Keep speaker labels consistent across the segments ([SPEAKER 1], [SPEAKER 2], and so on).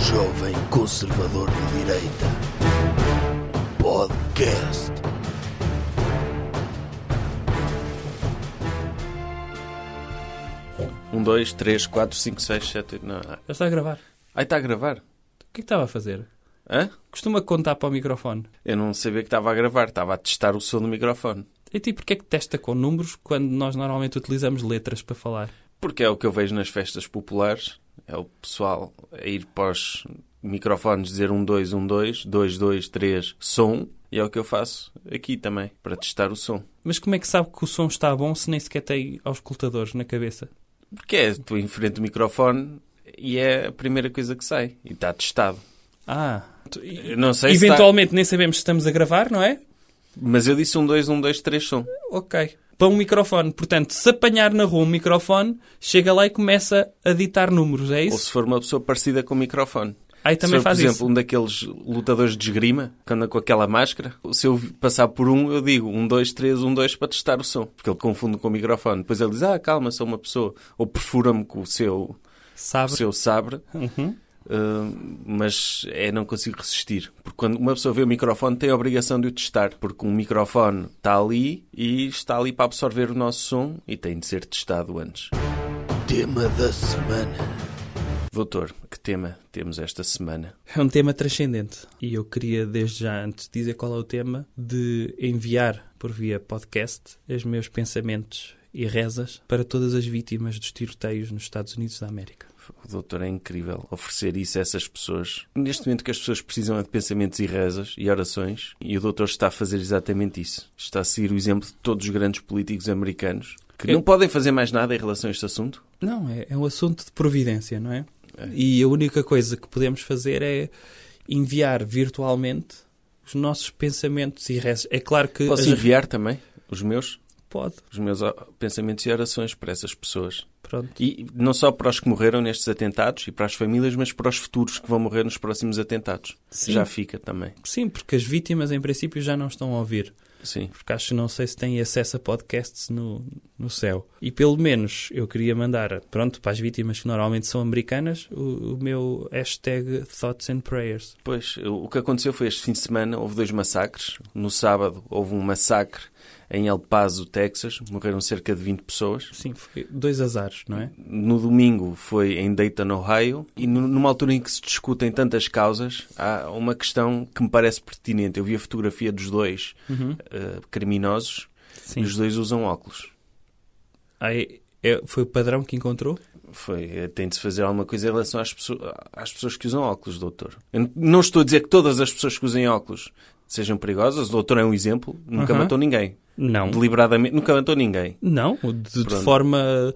[SPEAKER 1] Jovem Conservador de Direita. Podcast.
[SPEAKER 2] Um, dois, três, quatro, cinco, seis, sete, oito. Não. ah.
[SPEAKER 3] Já está a gravar.
[SPEAKER 2] Aí está tá a gravar.
[SPEAKER 3] O que é que estava a fazer?
[SPEAKER 2] Hã?
[SPEAKER 3] Costuma contar para o microfone.
[SPEAKER 2] Eu não sabia que estava a gravar, estava a testar o som do microfone.
[SPEAKER 3] E ti, porquê é que testa com números quando nós normalmente utilizamos letras para falar?
[SPEAKER 2] Porque é o que eu vejo nas festas populares: é o pessoal a ir para os microfones dizer um, dois, um, dois, dois, dois, três, som. E é o que eu faço aqui também, para testar o som.
[SPEAKER 3] Mas como é que sabe que o som está bom se nem sequer tem auscultadores na cabeça?
[SPEAKER 2] Porque é, tu em frente ao microfone e é a primeira coisa que sai. E está testado.
[SPEAKER 3] Ah,
[SPEAKER 2] Eu não sei se está...
[SPEAKER 3] eventualmente nem sabemos se estamos a gravar, não é?
[SPEAKER 2] Mas eu disse um, dois, um, dois, três, som.
[SPEAKER 3] Ok. Para um microfone. Portanto, se apanhar na rua um microfone, chega lá e começa a ditar números,
[SPEAKER 2] Ou
[SPEAKER 3] é isso?
[SPEAKER 2] se for uma pessoa parecida com o microfone.
[SPEAKER 3] Aí também
[SPEAKER 2] se for,
[SPEAKER 3] faz
[SPEAKER 2] por exemplo,
[SPEAKER 3] isso.
[SPEAKER 2] um daqueles lutadores de esgrima, que anda com aquela máscara, se eu passar por um, eu digo um, dois, três, um, dois, para testar o som. Porque ele confunde com o microfone. Depois ele diz, ah, calma, sou uma pessoa. Ou perfura-me com o seu, o
[SPEAKER 3] Sabe?
[SPEAKER 2] seu sabre.
[SPEAKER 3] Uhum.
[SPEAKER 2] Ah, mas é, não consigo resistir. Porque quando uma pessoa vê o microfone, tem a obrigação de o testar. Porque um microfone está ali e está ali para absorver o nosso som e tem de ser testado antes.
[SPEAKER 1] Tema da semana.
[SPEAKER 2] Doutor, que tema temos esta semana?
[SPEAKER 3] É um tema transcendente. E eu queria, desde já, antes de dizer qual é o tema, de enviar por via podcast os meus pensamentos e rezas para todas as vítimas dos tiroteios nos Estados Unidos da América.
[SPEAKER 2] O doutor é incrível oferecer isso a essas pessoas. Neste momento que as pessoas precisam é de pensamentos e rezas e orações, e o doutor está a fazer exatamente isso. Está a seguir o exemplo de todos os grandes políticos americanos que
[SPEAKER 3] Eu-
[SPEAKER 2] não podem fazer mais nada em relação a este assunto.
[SPEAKER 3] Não, é, é um assunto de providência, não é? E a única coisa que podemos fazer é enviar virtualmente os nossos pensamentos e rezas. É claro que
[SPEAKER 2] Posso
[SPEAKER 3] as-
[SPEAKER 2] enviar também os meus,
[SPEAKER 3] pode.
[SPEAKER 2] os meus ó, pensamentos e orações para essas pessoas.
[SPEAKER 3] Pronto.
[SPEAKER 2] E não só para os que morreram nestes atentados e para as famílias, mas para os futuros que vão morrer nos próximos atentados.
[SPEAKER 3] Sim.
[SPEAKER 2] Já fica também.
[SPEAKER 3] Sim, porque as vítimas em princípio já não estão a ouvir.
[SPEAKER 2] Sim.
[SPEAKER 3] porque acho que não sei se têm acesso a podcasts no, no céu. E pelo menos eu queria mandar, pronto, para as vítimas que normalmente são americanas, o, o meu hashtag Thoughts and Prayers.
[SPEAKER 2] Pois, o que aconteceu foi este fim de semana houve dois massacres. No sábado houve um massacre em El Paso, Texas, morreram cerca de 20 pessoas.
[SPEAKER 3] Sim, foi dois azares, não é?
[SPEAKER 2] No domingo foi em Dayton, Ohio, e nu- numa altura em que se discutem tantas causas, há uma questão que me parece pertinente. Eu vi a fotografia dos dois eh, criminosos
[SPEAKER 3] Sim.
[SPEAKER 2] e os dois usam óculos.
[SPEAKER 3] Aí, é- foi o padrão que encontrou?
[SPEAKER 2] Foi, eh, tem de se fazer alguma coisa em relação às, pesso- às pessoas que usam óculos, doutor. Eu n- não estou a dizer que todas as pessoas que usem óculos sejam perigosas. O doutor é um exemplo, nunca
[SPEAKER 3] Aham.
[SPEAKER 2] matou ninguém.
[SPEAKER 3] Não.
[SPEAKER 2] Deliberadamente, nunca matou ninguém.
[SPEAKER 3] Não, de, de
[SPEAKER 2] Pronto.
[SPEAKER 3] forma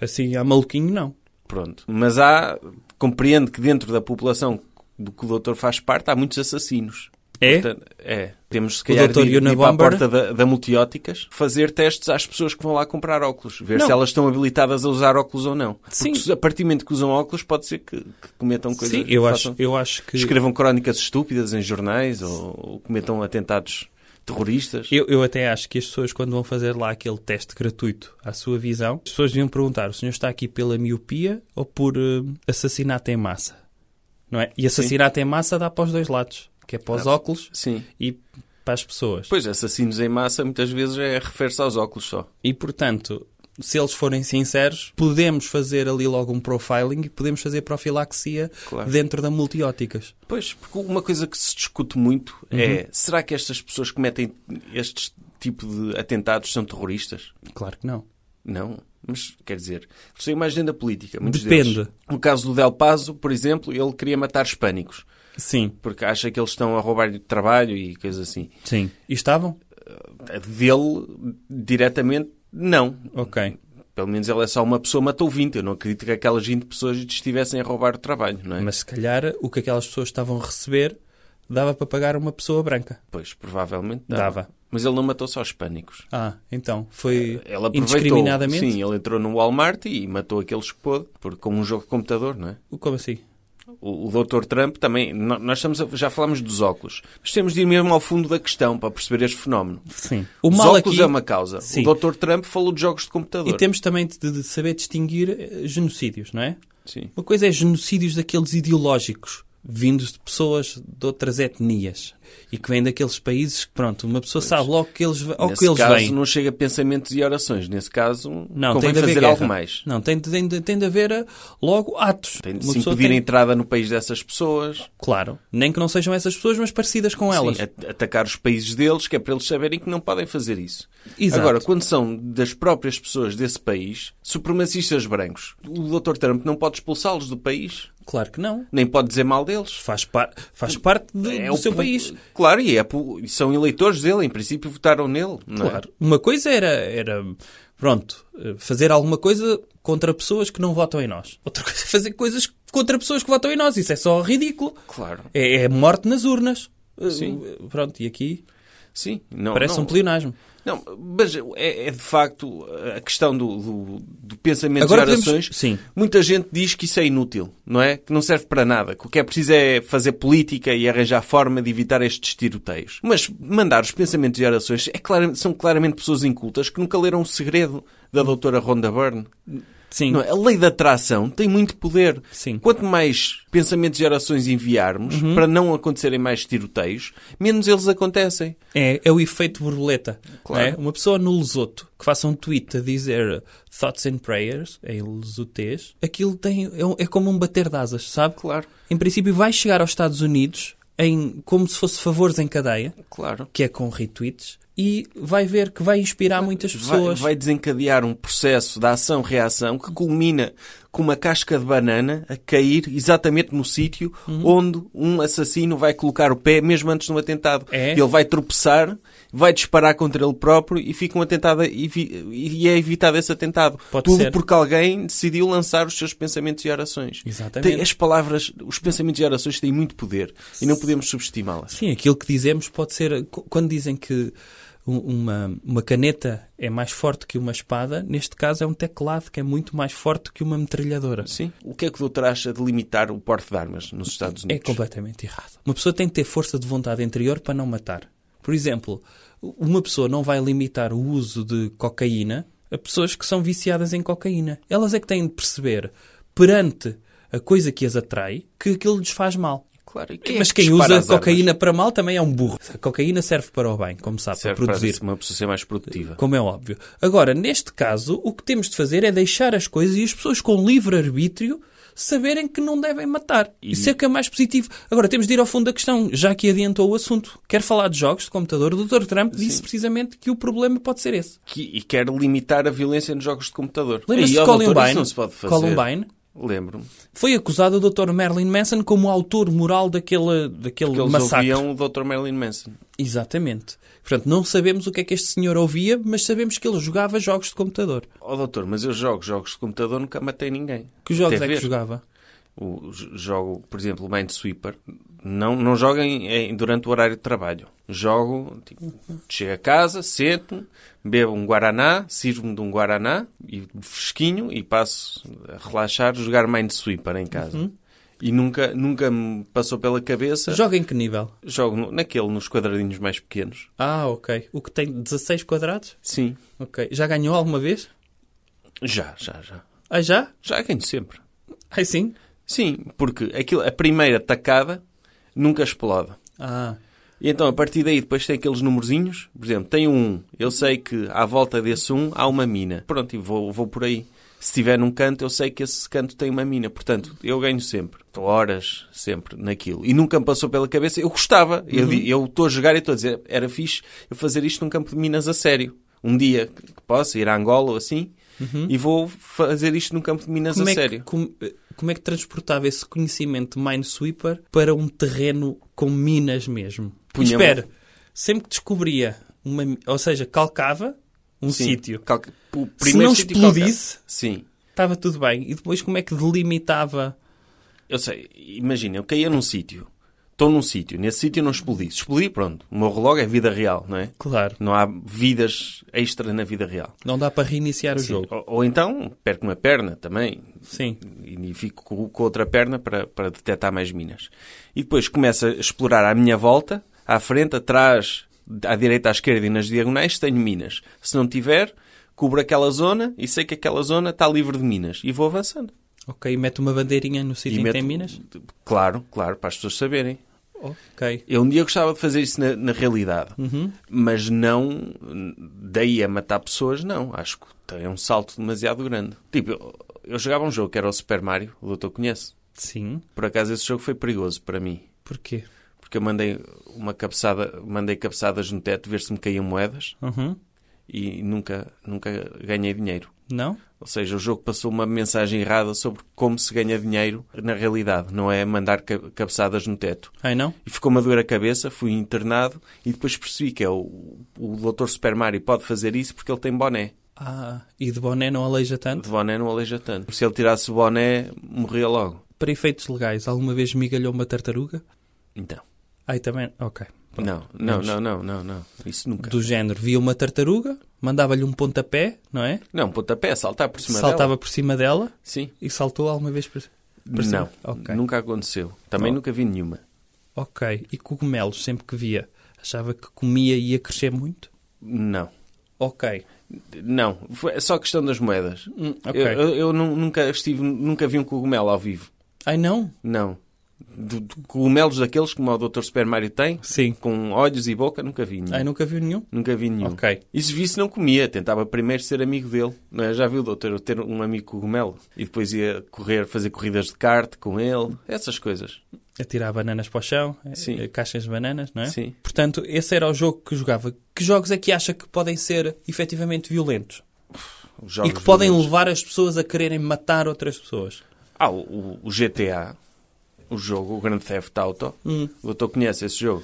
[SPEAKER 3] assim, a maluquinho, não.
[SPEAKER 2] Pronto. Mas há, compreendo que dentro da população do que o doutor faz parte, há muitos assassinos.
[SPEAKER 3] É?
[SPEAKER 2] Portanto, é. Temos, se
[SPEAKER 3] O
[SPEAKER 2] calhar, de,
[SPEAKER 3] doutor
[SPEAKER 2] ir- de ir para a
[SPEAKER 3] Unabomber?
[SPEAKER 2] porta da, da multióticas, fazer testes às pessoas que vão lá comprar óculos. Ver
[SPEAKER 3] Não.
[SPEAKER 2] se elas estão habilitadas a usar óculos ou não.
[SPEAKER 3] Sim.
[SPEAKER 2] Porque se- a partir do momento que usam óculos, pode ser que, que cometam coisas...
[SPEAKER 3] Sim, eu
[SPEAKER 2] façam-
[SPEAKER 3] acho, eu acho que.
[SPEAKER 2] Escrevam crónicas estúpidas em jornais ou, ou cometam atentados terroristas.
[SPEAKER 3] Eu, eu até acho que as pessoas, quando vão fazer lá aquele teste gratuito à sua visão, as pessoas deviam perguntar: o senhor está aqui pela miopia ou por eh, assassinato em massa? Não é? E assassinato em massa dá para os dois lados, que é para os óculos
[SPEAKER 2] Sim.
[SPEAKER 3] e para as pessoas.
[SPEAKER 2] Pois, assassinos em massa muitas vezes é, refere-se aos óculos só.
[SPEAKER 3] E portanto, se eles forem sinceros, podemos fazer ali logo um profiling e podemos fazer profilaxia
[SPEAKER 2] Claro.
[SPEAKER 3] dentro da multióticas.
[SPEAKER 2] Pois, porque uma coisa que se discute muito é será que estas pessoas que cometem este tipo de atentados são terroristas?
[SPEAKER 3] Claro que não.
[SPEAKER 2] Não. Mas, quer dizer, isso é uma agenda política. Muitos
[SPEAKER 3] Depende.
[SPEAKER 2] Deles. No caso do Del Paso, por exemplo, ele queria matar hispânicos
[SPEAKER 3] Sim,
[SPEAKER 2] porque acha que eles estão a roubar-lhe trabalho e coisas assim.
[SPEAKER 3] sim. E estavam?
[SPEAKER 2] Dele, diretamente, não.
[SPEAKER 3] Ok.
[SPEAKER 2] Pelo menos ele é só uma pessoa, matou 20. Eu não acredito que aquelas 20 pessoas lhe estivessem a roubar o trabalho, não é?
[SPEAKER 3] Mas se calhar o que aquelas pessoas estavam a receber dava para pagar uma pessoa branca.
[SPEAKER 2] Pois, provavelmente dava.
[SPEAKER 3] Dava.
[SPEAKER 2] Mas ele não matou só hispânicos.
[SPEAKER 3] Ah, então. Foi
[SPEAKER 2] Ele aproveitou.
[SPEAKER 3] indiscriminadamente?
[SPEAKER 2] Sim, ele entrou no Walmart e matou aqueles que pôde, porque como um jogo de computador, não é?
[SPEAKER 3] Como assim?
[SPEAKER 2] O, o Dr. Trump também. no- Nós estamos a- já falámos dos óculos. Mas temos de ir mesmo ao fundo da questão para perceber este fenómeno.
[SPEAKER 3] Sim. O
[SPEAKER 2] Os
[SPEAKER 3] mal
[SPEAKER 2] óculos
[SPEAKER 3] aqui...
[SPEAKER 2] é uma causa.
[SPEAKER 3] Sim.
[SPEAKER 2] O Dr. Trump falou de jogos de computador.
[SPEAKER 3] E temos também de, de saber distinguir eh, genocídios, não é?
[SPEAKER 2] Sim.
[SPEAKER 3] Uma coisa é genocídios daqueles ideológicos. vindos de pessoas de outras etnias e que vêm daqueles países que, pronto, uma pessoa sabe logo que eles, ou
[SPEAKER 2] Nesse
[SPEAKER 3] que eles
[SPEAKER 2] caso
[SPEAKER 3] vêm.
[SPEAKER 2] não chega pensamentos e orações. Nesse caso,
[SPEAKER 3] Não,
[SPEAKER 2] convém
[SPEAKER 3] tem de haver
[SPEAKER 2] fazer
[SPEAKER 3] guerra.
[SPEAKER 2] algo mais.
[SPEAKER 3] Não, tem de, tem de, tem de haver eh, logo atos.
[SPEAKER 2] Tem de
[SPEAKER 3] Uma
[SPEAKER 2] se
[SPEAKER 3] pessoa
[SPEAKER 2] impedir a
[SPEAKER 3] tem-
[SPEAKER 2] entrada no país dessas pessoas.
[SPEAKER 3] Claro. Nem que não sejam essas pessoas, mas parecidas com elas.
[SPEAKER 2] Sim, é- at- atacar os países deles, que é para eles saberem que não podem fazer isso.
[SPEAKER 3] Exato.
[SPEAKER 2] Agora, quando são das próprias pessoas desse país, supremacistas brancos, o Dr. Trump não pode expulsá-los do país,
[SPEAKER 3] Claro que não.
[SPEAKER 2] nem pode dizer mal deles.
[SPEAKER 3] Faz, par- faz parte do, do
[SPEAKER 2] É o
[SPEAKER 3] seu
[SPEAKER 2] pu-
[SPEAKER 3] país.
[SPEAKER 2] Claro, e é pu- e são eleitores dele, em princípio votaram nele. não é?
[SPEAKER 3] Claro. Uma coisa era, era, pronto, eh, fazer alguma coisa contra pessoas que não votam em nós. Outra coisa é fazer coisas contra pessoas que votam em nós. Isso é só ridículo.
[SPEAKER 2] Claro.
[SPEAKER 3] É, é morte nas urnas. Eh,
[SPEAKER 2] Sim.
[SPEAKER 3] eh, Pronto, e aqui
[SPEAKER 2] Sim. Não,
[SPEAKER 3] parece
[SPEAKER 2] não.
[SPEAKER 3] um pleonasmo.
[SPEAKER 2] Não, mas é, é de facto a questão do, do, do pensamento
[SPEAKER 3] Agora
[SPEAKER 2] de
[SPEAKER 3] podemos-
[SPEAKER 2] gerações.
[SPEAKER 3] sim.
[SPEAKER 2] Muita gente diz que isso é inútil, não é? Que não serve para nada. Que o que é preciso é fazer política e arranjar forma de evitar estes tiroteios. Mas mandar os pensamentos de gerações é claramente- são claramente pessoas incultas que nunca leram o segredo da doutora Rhonda Byrne.
[SPEAKER 3] Sim.
[SPEAKER 2] Não é? A lei da atração tem muito poder.
[SPEAKER 3] Sim. Uhum.
[SPEAKER 2] Quanto mais pensamentos de gerações enviarmos para não acontecerem mais tiroteios, menos eles acontecem.
[SPEAKER 3] É, é o efeito borboleta.
[SPEAKER 2] Claro.
[SPEAKER 3] não é? Uma pessoa no Lesoto que faça um tweet a dizer thoughts and prayers em lesotês, aquilo tem, é, um- é como um bater de asas, sabe?
[SPEAKER 2] Claro.
[SPEAKER 3] Em princípio, vai chegar aos Estados Unidos em, como se fosse favores em cadeia,
[SPEAKER 2] Claro.
[SPEAKER 3] que é com retweets, e vai ver que vai inspirar muitas
[SPEAKER 2] Vai-
[SPEAKER 3] pessoas.
[SPEAKER 2] Vai, desencadear um processo da ação-reação que culmina com uma casca de banana a cair exatamente no sítio
[SPEAKER 3] Uhum.
[SPEAKER 2] onde um assassino vai colocar o pé mesmo antes de um atentado.
[SPEAKER 3] É?
[SPEAKER 2] Ele vai tropeçar, vai disparar contra ele próprio e fica um atentado a- e, vi- e é evitado esse atentado.
[SPEAKER 3] Pode
[SPEAKER 2] Tudo
[SPEAKER 3] ser.
[SPEAKER 2] porque alguém decidiu lançar os seus pensamentos e orações.
[SPEAKER 3] Exatamente.
[SPEAKER 2] Tem- as palavras, os pensamentos e orações têm muito poder e não podemos subestimá-las.
[SPEAKER 3] Sim, aquilo que dizemos pode ser. qu- Quando dizem que um- uma, uma caneta é mais forte que uma espada, neste caso é um teclado que é muito mais forte que uma metralhadora.
[SPEAKER 2] Sim. O que é que o doutor acha de limitar o porte de armas nos Estados
[SPEAKER 3] É
[SPEAKER 2] Unidos?
[SPEAKER 3] completamente errado. Uma pessoa tem que ter força de vontade interior para não matar. Por exemplo, uma pessoa não vai limitar o uso de cocaína a pessoas que são viciadas em cocaína. Elas é que têm de perceber, perante a coisa que as atrai, que aquilo lhes faz mal.
[SPEAKER 2] Claro, e quem é
[SPEAKER 3] Mas
[SPEAKER 2] que
[SPEAKER 3] quem
[SPEAKER 2] dispara
[SPEAKER 3] usa
[SPEAKER 2] as armas?
[SPEAKER 3] cocaína para mal também é um burro. A cocaína serve para o bem, como sabe,
[SPEAKER 2] Serve
[SPEAKER 3] para
[SPEAKER 2] para
[SPEAKER 3] produzir.
[SPEAKER 2] ser é, uma pessoa ser mais produtiva.
[SPEAKER 3] Como é óbvio. Agora, neste caso, o que temos de fazer é deixar as coisas e as pessoas com livre arbítrio saberem que não devem matar. Isso é o que é mais positivo. Agora, temos de ir ao fundo da questão, já que adiantou o assunto. Quer falar de jogos de computador? O Dr. Trump disse precisamente que o problema pode ser esse.
[SPEAKER 2] Que- e quer limitar a violência nos jogos de computador.
[SPEAKER 3] Lembra-se
[SPEAKER 2] Aí,
[SPEAKER 3] de
[SPEAKER 2] ó, doutor,
[SPEAKER 3] Columbine?
[SPEAKER 2] Isso não se pode fazer.
[SPEAKER 3] Columbine?
[SPEAKER 2] Lembro-me.
[SPEAKER 3] Foi acusado o Dr. Marilyn Manson como autor moral
[SPEAKER 2] Que
[SPEAKER 3] daquele, daquele
[SPEAKER 2] eles
[SPEAKER 3] massacre.
[SPEAKER 2] ouviam o Dr. Marilyn Manson.
[SPEAKER 3] Exatamente. Portanto, não sabemos o que é que este senhor ouvia, mas sabemos que ele jogava jogos de computador.
[SPEAKER 2] Ó doutor, mas eu jogo jogos de computador, nunca matei ninguém.
[SPEAKER 3] Que jogos
[SPEAKER 2] Até
[SPEAKER 3] é que
[SPEAKER 2] ver.
[SPEAKER 3] jogava?
[SPEAKER 2] O- j- jogo, por exemplo, Minesweeper. Não, não jogo em- em- durante o horário de trabalho. Jogo, tipo, chego a casa, sento bebo um Guaraná, sirvo-me de um Guaraná, e fresquinho, e passo a relaxar, jogar Minesweeper em casa. E nunca, nunca me passou pela cabeça.
[SPEAKER 3] Joga em que nível?
[SPEAKER 2] Jogo no- naquele, nos quadradinhos mais pequenos.
[SPEAKER 3] Ah, ok. O que tem 16 quadrados?
[SPEAKER 2] Sim.
[SPEAKER 3] Ok. Já ganhou alguma vez?
[SPEAKER 2] Já, já, já.
[SPEAKER 3] Ah, já?
[SPEAKER 2] Já ganho sempre.
[SPEAKER 3] Ah, sim?
[SPEAKER 2] Sim, porque aquilo, a primeira tacada nunca explode.
[SPEAKER 3] Ah,
[SPEAKER 2] E então, a partir daí, depois tem aqueles numerozinhos. Por exemplo, tem um. Eu sei que à volta desse um há uma mina. Pronto, e vou, vou por aí. Se estiver num canto, eu sei que esse canto tem uma mina. Portanto, eu ganho sempre. Estou Horas sempre naquilo. E nunca me passou pela cabeça. Eu gostava.
[SPEAKER 3] Uhum.
[SPEAKER 2] Eu di- Eu estou a jogar e estou a dizer, era fixe eu fazer isto num campo de minas a sério. Um dia que que possa ir a Angola ou assim. E vou fazer isto num campo de minas
[SPEAKER 3] Uhum. como
[SPEAKER 2] a
[SPEAKER 3] é, que,
[SPEAKER 2] sério.
[SPEAKER 3] como, como é que transportava esse conhecimento de Minesweeper para um terreno com minas mesmo?
[SPEAKER 2] Punha-me-
[SPEAKER 3] Espera, sempre que descobria uma. mi- Ou seja, calcava um
[SPEAKER 2] Sim.
[SPEAKER 3] sítio.
[SPEAKER 2] Calca- o
[SPEAKER 3] Se não
[SPEAKER 2] primeiro sítio calcado.
[SPEAKER 3] explodisse,
[SPEAKER 2] Sim.
[SPEAKER 3] estava tudo bem. E depois como é que delimitava?
[SPEAKER 2] Eu sei, imagina, eu caía num sítio, estou num sítio, nesse sítio não explodi. Se explodi, pronto, o meu relógio é vida real, não é?
[SPEAKER 3] Claro.
[SPEAKER 2] Não há vidas extra na vida real.
[SPEAKER 3] Não dá para reiniciar o jogo.
[SPEAKER 2] Ou, ou então, perco uma perna também
[SPEAKER 3] Sim.
[SPEAKER 2] e fico com, com outra perna para, para detectar mais minas. E depois começo a explorar à minha volta, à frente, atrás, à direita, à esquerda e nas diagonais, se tenho minas. Se não tiver, cubro aquela zona e sei que aquela zona está livre de minas e vou avançando.
[SPEAKER 3] Ok, e mete uma bandeirinha no sítio em que
[SPEAKER 2] meto-
[SPEAKER 3] tem minas?
[SPEAKER 2] Claro, claro, para as pessoas saberem.
[SPEAKER 3] Ok.
[SPEAKER 2] Eu um dia gostava de fazer isso na, na realidade, mas não daí a matar pessoas, não. Acho que tem um salto demasiado grande. Tipo, eu, eu jogava um jogo que era o Super Mario, o doutor conhece.
[SPEAKER 3] Sim.
[SPEAKER 2] Por acaso esse jogo foi perigoso para mim,
[SPEAKER 3] Porquê?
[SPEAKER 2] porque eu mandei uma cabeçada, mandei cabeçadas no teto ver se me caíam moedas
[SPEAKER 3] Uhum.
[SPEAKER 2] e nunca, nunca ganhei dinheiro.
[SPEAKER 3] Não?
[SPEAKER 2] Ou seja, o jogo passou uma mensagem errada sobre como se ganha dinheiro na realidade, não é mandar ca- cabeçadas no teto.
[SPEAKER 3] Ai não?
[SPEAKER 2] E ficou-me a doer a cabeça, fui internado e depois percebi que é o, o Dr. Super Mario pode fazer isso porque ele tem boné.
[SPEAKER 3] Ah, e de boné não aleija tanto?
[SPEAKER 2] De boné não aleja tanto. Se ele tirasse o boné, morria logo.
[SPEAKER 3] Para efeitos legais, alguma vez migalhou uma tartaruga?
[SPEAKER 2] Então.
[SPEAKER 3] Ai também, ok.
[SPEAKER 2] Não, não,
[SPEAKER 3] Mas-
[SPEAKER 2] não, não, não, não. Isso nunca.
[SPEAKER 3] Do género, via uma tartaruga, mandava-lhe um pontapé, não é?
[SPEAKER 2] Não, pontapé, saltar por cima
[SPEAKER 3] Saltava
[SPEAKER 2] dela.
[SPEAKER 3] por cima dela
[SPEAKER 2] Sim.
[SPEAKER 3] e saltou alguma vez por, por
[SPEAKER 2] Não,
[SPEAKER 3] cima? Ok.
[SPEAKER 2] nunca aconteceu. Também
[SPEAKER 3] Oh.
[SPEAKER 2] nunca vi nenhuma.
[SPEAKER 3] Ok. E cogumelos, sempre que via, achava que comia e ia crescer muito?
[SPEAKER 2] Não.
[SPEAKER 3] Ok.
[SPEAKER 2] Não, foi só questão das moedas.
[SPEAKER 3] Hum, ok.
[SPEAKER 2] Eu, eu- eu nu- nunca estive, nunca vi um cogumelo ao vivo.
[SPEAKER 3] Ai não?
[SPEAKER 2] Não. Do, do- cogumelos daqueles como o Dr. Super Mario tem,
[SPEAKER 3] Sim.
[SPEAKER 2] com olhos e boca, nunca vi nenhum.
[SPEAKER 3] Ai, nunca viu nenhum?
[SPEAKER 2] Nunca vi nenhum.
[SPEAKER 3] Ok.
[SPEAKER 2] E se visse, não comia. Tentava primeiro ser amigo dele. Não é? Já viu, doutor, eu ter um amigo cogumelo. E depois ia correr, fazer corridas de kart com ele. Essas coisas.
[SPEAKER 3] Atirar bananas para o chão, eh,
[SPEAKER 2] Sim.
[SPEAKER 3] eh, caixas de bananas, não é?
[SPEAKER 2] Sim.
[SPEAKER 3] Portanto, esse era o jogo que jogava. Que jogos é que acha que podem ser efetivamente violentos?
[SPEAKER 2] Os jogos
[SPEAKER 3] e que podem
[SPEAKER 2] violentos.
[SPEAKER 3] levar as pessoas a quererem matar outras pessoas?
[SPEAKER 2] Ah, o- o, o GTA. O jogo, o Grand Theft Auto.
[SPEAKER 3] Hum.
[SPEAKER 2] O doutor conhece esse jogo.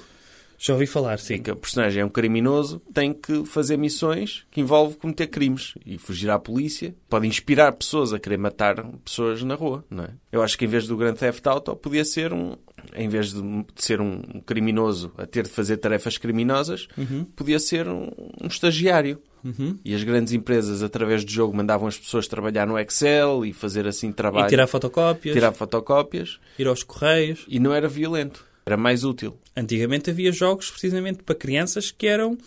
[SPEAKER 3] Já ouvi falar, sim.
[SPEAKER 2] Em que o personagem é um criminoso, tem que fazer missões que envolvem cometer crimes e fugir à polícia. Pode inspirar pessoas a querer matar pessoas na rua, não é? Eu acho que em vez do Grand Theft Auto, podia ser um... Em vez de, de ser um criminoso a ter de fazer tarefas criminosas, podia ser um, um estagiário. E as grandes empresas, através do jogo, mandavam as pessoas trabalhar no Excel e fazer assim trabalho.
[SPEAKER 3] E tirar fotocópias,
[SPEAKER 2] tirar fotocópias.
[SPEAKER 3] ir aos correios.
[SPEAKER 2] E não era violento. Era mais útil.
[SPEAKER 3] Antigamente havia jogos precisamente para crianças que eram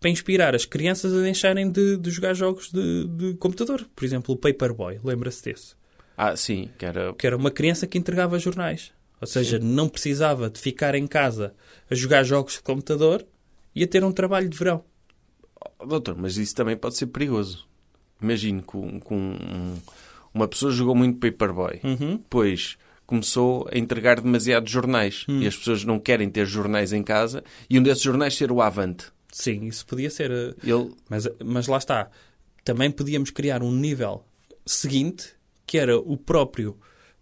[SPEAKER 3] para inspirar as crianças a deixarem de, de jogar jogos de, de computador. Por exemplo, o Paperboy, lembra-se desse?
[SPEAKER 2] Ah, sim, que era
[SPEAKER 3] que era uma criança que entregava jornais. Ou seja, não precisava de ficar em casa a jogar jogos de computador e a ter um trabalho de verão.
[SPEAKER 2] Oh, Doutor, mas isso também pode ser perigoso. Imagino que um- que um- uma pessoa jogou muito Paperboy,
[SPEAKER 3] Uhum.
[SPEAKER 2] depois começou a entregar demasiados jornais
[SPEAKER 3] Hum.
[SPEAKER 2] e as pessoas não querem ter jornais em casa e um desses jornais ser o Avante.
[SPEAKER 3] Sim, isso podia ser. eh,
[SPEAKER 2] Ele,
[SPEAKER 3] Mas, mas lá está. Também podíamos criar um nível seguinte, que era o próprio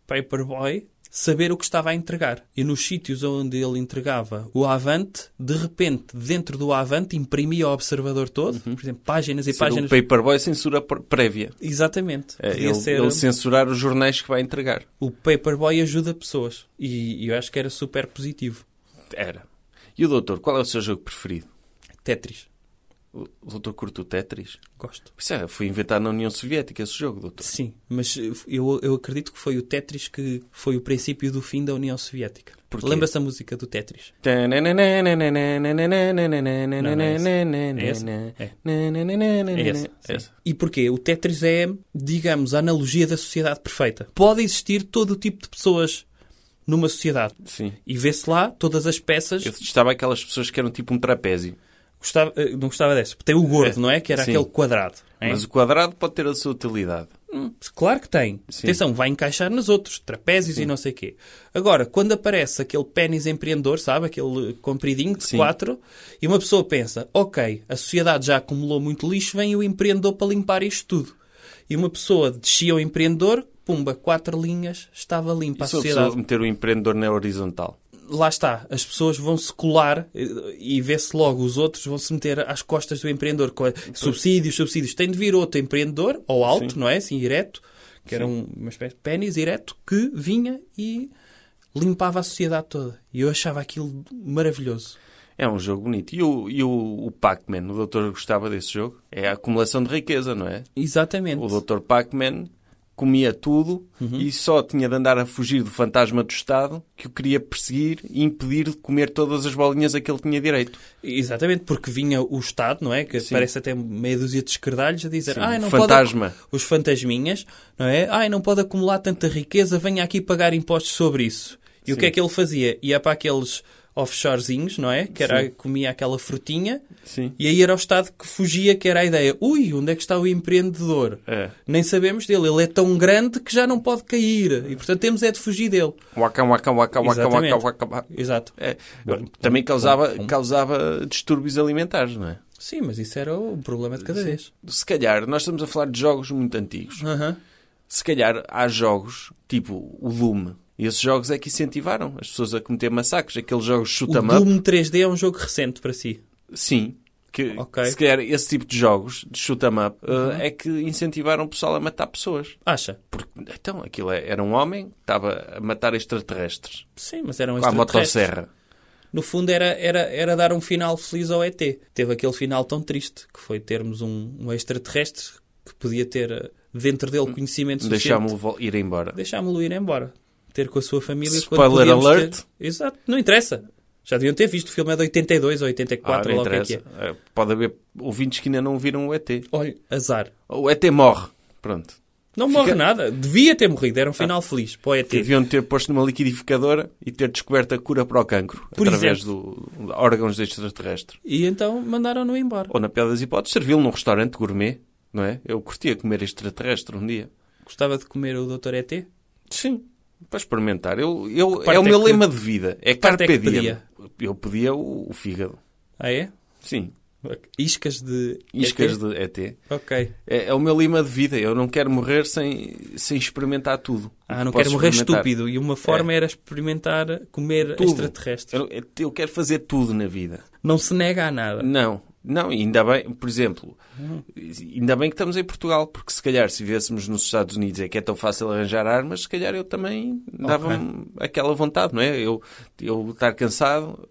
[SPEAKER 3] Paperboy saber o que estava a entregar. E nos sítios onde ele entregava o Avante, de repente, dentro do Avante, imprimia o observador todo. Por exemplo, páginas e
[SPEAKER 2] Uhum. ser
[SPEAKER 3] páginas.
[SPEAKER 2] o Paperboy censura pr- prévia.
[SPEAKER 3] Exatamente.
[SPEAKER 2] É,
[SPEAKER 3] Podia
[SPEAKER 2] ele,
[SPEAKER 3] ser- um-
[SPEAKER 2] ele censurar os jornais que vai entregar.
[SPEAKER 3] O Paperboy ajuda pessoas. E eu acho que era super positivo.
[SPEAKER 2] Era. E o doutor, qual é o seu jogo preferido?
[SPEAKER 3] Tetris.
[SPEAKER 2] O o doutor curte o Tetris?
[SPEAKER 3] Gosto.
[SPEAKER 2] Isso é, foi inventado na União Soviética esse jogo, doutor.
[SPEAKER 3] Sim, mas eh, eu, eu acredito que foi o Tetris que foi o princípio do fim da União Soviética.
[SPEAKER 2] Porquê?
[SPEAKER 3] Lembra-se da música do Tetris? É esse? É. É esse.
[SPEAKER 2] Esse.
[SPEAKER 3] E porquê? O Tetris é, digamos, a analogia da sociedade perfeita. Pode existir todo o tipo de pessoas numa sociedade.
[SPEAKER 2] Sim.
[SPEAKER 3] E vê-se lá todas as peças.
[SPEAKER 2] Eu estava aquelas pessoas que eram tipo um trapézio.
[SPEAKER 3] Gostava- eh, não gostava dessa. Tem o gordo,
[SPEAKER 2] É.
[SPEAKER 3] não é? Que era
[SPEAKER 2] Sim.
[SPEAKER 3] aquele quadrado. é?
[SPEAKER 2] Mas o quadrado pode ter a sua utilidade.
[SPEAKER 3] Hum, Claro que tem.
[SPEAKER 2] Sim.
[SPEAKER 3] Atenção, vai encaixar nos outros, trapézios e não sei o quê. Agora, quando aparece aquele pênis empreendedor, sabe? Aquele compridinho de
[SPEAKER 2] Sim.
[SPEAKER 3] quatro, e uma pessoa pensa, ok, a sociedade já acumulou muito lixo, vem o empreendedor para limpar isto tudo. E uma pessoa descia o empreendedor, pumba, quatro linhas, estava limpa
[SPEAKER 2] E
[SPEAKER 3] a
[SPEAKER 2] se a pessoa
[SPEAKER 3] sociedade.
[SPEAKER 2] meter o empreendedor na horizontal?
[SPEAKER 3] Lá está, as pessoas vão se colar eh, e vê-se logo, os outros vão se meter às costas do empreendedor. com a- Subsídios, subsídios. Tem de vir outro empreendedor, ou alto,
[SPEAKER 2] Sim.
[SPEAKER 3] não é? Assim, ereto, que era um- uma espécie de pênis ereto, que vinha e limpava a sociedade toda. E eu achava aquilo maravilhoso.
[SPEAKER 2] É um jogo bonito. E o, e o, o Pac-Man? O doutor gostava desse jogo? É a acumulação de riqueza, não é?
[SPEAKER 3] Exatamente.
[SPEAKER 2] O doutor Pac-Man comia tudo
[SPEAKER 3] Uhum.
[SPEAKER 2] e só tinha de andar a fugir do fantasma do Estado que o queria perseguir e impedir de comer todas as bolinhas a que ele tinha direito.
[SPEAKER 3] Exatamente, porque vinha o Estado, não é? Que
[SPEAKER 2] Sim.
[SPEAKER 3] parece até meia dúzia de esquerdalhos a dizer:
[SPEAKER 2] Sim,
[SPEAKER 3] "Ai, não
[SPEAKER 2] fantasma."
[SPEAKER 3] pode. Os fantasminhas, não é? Ai, não pode acumular tanta riqueza, venha aqui pagar impostos sobre isso. E o que é que ele fazia? Ia para aqueles offshorezinhos, não é? Que era, comia aquela frutinha.
[SPEAKER 2] Sim.
[SPEAKER 3] E aí era o Estado que fugia, que era a ideia. Ui, onde é que está o empreendedor?
[SPEAKER 2] É.
[SPEAKER 3] Nem sabemos dele. Ele é tão grande que já não pode cair. E portanto temos é de fugir dele.
[SPEAKER 2] Waka, waka, waka, waka, waka,
[SPEAKER 3] Exatamente.
[SPEAKER 2] waka, waka.
[SPEAKER 3] Exato.
[SPEAKER 2] É, também causava, causava distúrbios alimentares, não é?
[SPEAKER 3] Sim, mas isso era o problema de cada vez.
[SPEAKER 2] Se calhar, nós estamos a falar de jogos muito antigos.
[SPEAKER 3] Aham.
[SPEAKER 2] Se calhar há jogos, tipo o Lume. E esses jogos é que incentivaram as pessoas a cometer massacres. Aqueles jogos
[SPEAKER 3] O
[SPEAKER 2] shoot-em-up.
[SPEAKER 3] Doom 3D é um jogo recente para si.
[SPEAKER 2] Sim. Que,
[SPEAKER 3] Ok. Uhum.
[SPEAKER 2] Se calhar esse tipo de jogos, de shoot-em-up, é que incentivaram o pessoal a matar pessoas.
[SPEAKER 3] Acha?
[SPEAKER 2] Porque, então, aquilo é- era um homem que estava a matar extraterrestres.
[SPEAKER 3] Sim, mas eram
[SPEAKER 2] Com a
[SPEAKER 3] extraterrestres.
[SPEAKER 2] motosserra.
[SPEAKER 3] No fundo era, era, era dar um final feliz ao ET. Teve aquele final tão triste, que foi termos um, um extraterrestre que podia ter eh, dentro
[SPEAKER 2] Hum,
[SPEAKER 3] dele conhecimento suficiente.
[SPEAKER 2] Deixámo-lo vol- ir embora.
[SPEAKER 3] Deixámo-lo ir embora. Ter com a sua família. quando
[SPEAKER 2] Spoiler
[SPEAKER 3] podíamos
[SPEAKER 2] alert.
[SPEAKER 3] ter- Exato, não interessa. Já deviam ter visto, o filme é de 82 ou
[SPEAKER 2] Ah,
[SPEAKER 3] 84,
[SPEAKER 2] não
[SPEAKER 3] ou lá o que é que
[SPEAKER 2] interessa.
[SPEAKER 3] é.
[SPEAKER 2] Eh, Pode haver ouvintes que ainda não viram o ET.
[SPEAKER 3] Olha, azar.
[SPEAKER 2] O ET morre. Pronto.
[SPEAKER 3] Não
[SPEAKER 2] Fica- Ah.
[SPEAKER 3] morre nada. Devia ter morrido. Era um final feliz para o ET.
[SPEAKER 2] Que deviam ter posto numa liquidificadora e ter descoberto a cura para o cancro
[SPEAKER 3] Por
[SPEAKER 2] através do de órgãos extraterrestres.
[SPEAKER 3] E então mandaram-no embora.
[SPEAKER 2] Ou, na pior das hipóteses, servi-lo num restaurante gourmet, não é? Eu curtia comer extraterrestre um dia.
[SPEAKER 3] Gostava de comer o Dr. ET?
[SPEAKER 2] Sim. Para experimentar. Eu, eu,
[SPEAKER 3] Que parte
[SPEAKER 2] é o meu
[SPEAKER 3] é que-
[SPEAKER 2] lema de vida. É
[SPEAKER 3] parte
[SPEAKER 2] carpe
[SPEAKER 3] é que
[SPEAKER 2] diem.
[SPEAKER 3] pedia?
[SPEAKER 2] Eu pedia o, o fígado.
[SPEAKER 3] Ah, é?
[SPEAKER 2] Sim.
[SPEAKER 3] Iscas de.
[SPEAKER 2] Iscas
[SPEAKER 3] ET?
[SPEAKER 2] de ET.
[SPEAKER 3] Ok.
[SPEAKER 2] É, é o meu lema de vida. Eu não quero morrer sem, sem experimentar tudo. O
[SPEAKER 3] Ah,
[SPEAKER 2] que
[SPEAKER 3] não
[SPEAKER 2] posso
[SPEAKER 3] quero morrer
[SPEAKER 2] experimentar. É.
[SPEAKER 3] estúpido. E uma forma era experimentar comer
[SPEAKER 2] Tudo.
[SPEAKER 3] extraterrestre.
[SPEAKER 2] Eu, eu quero fazer tudo na vida.
[SPEAKER 3] Não se nega a nada.
[SPEAKER 2] Não, não, ainda bem, por exemplo, ainda bem que estamos em Portugal, porque se calhar se vivêssemos nos Estados Unidos é que é tão fácil arranjar armas, se calhar eu também dava-me aquela vontade, não é? Eu, eu estar cansado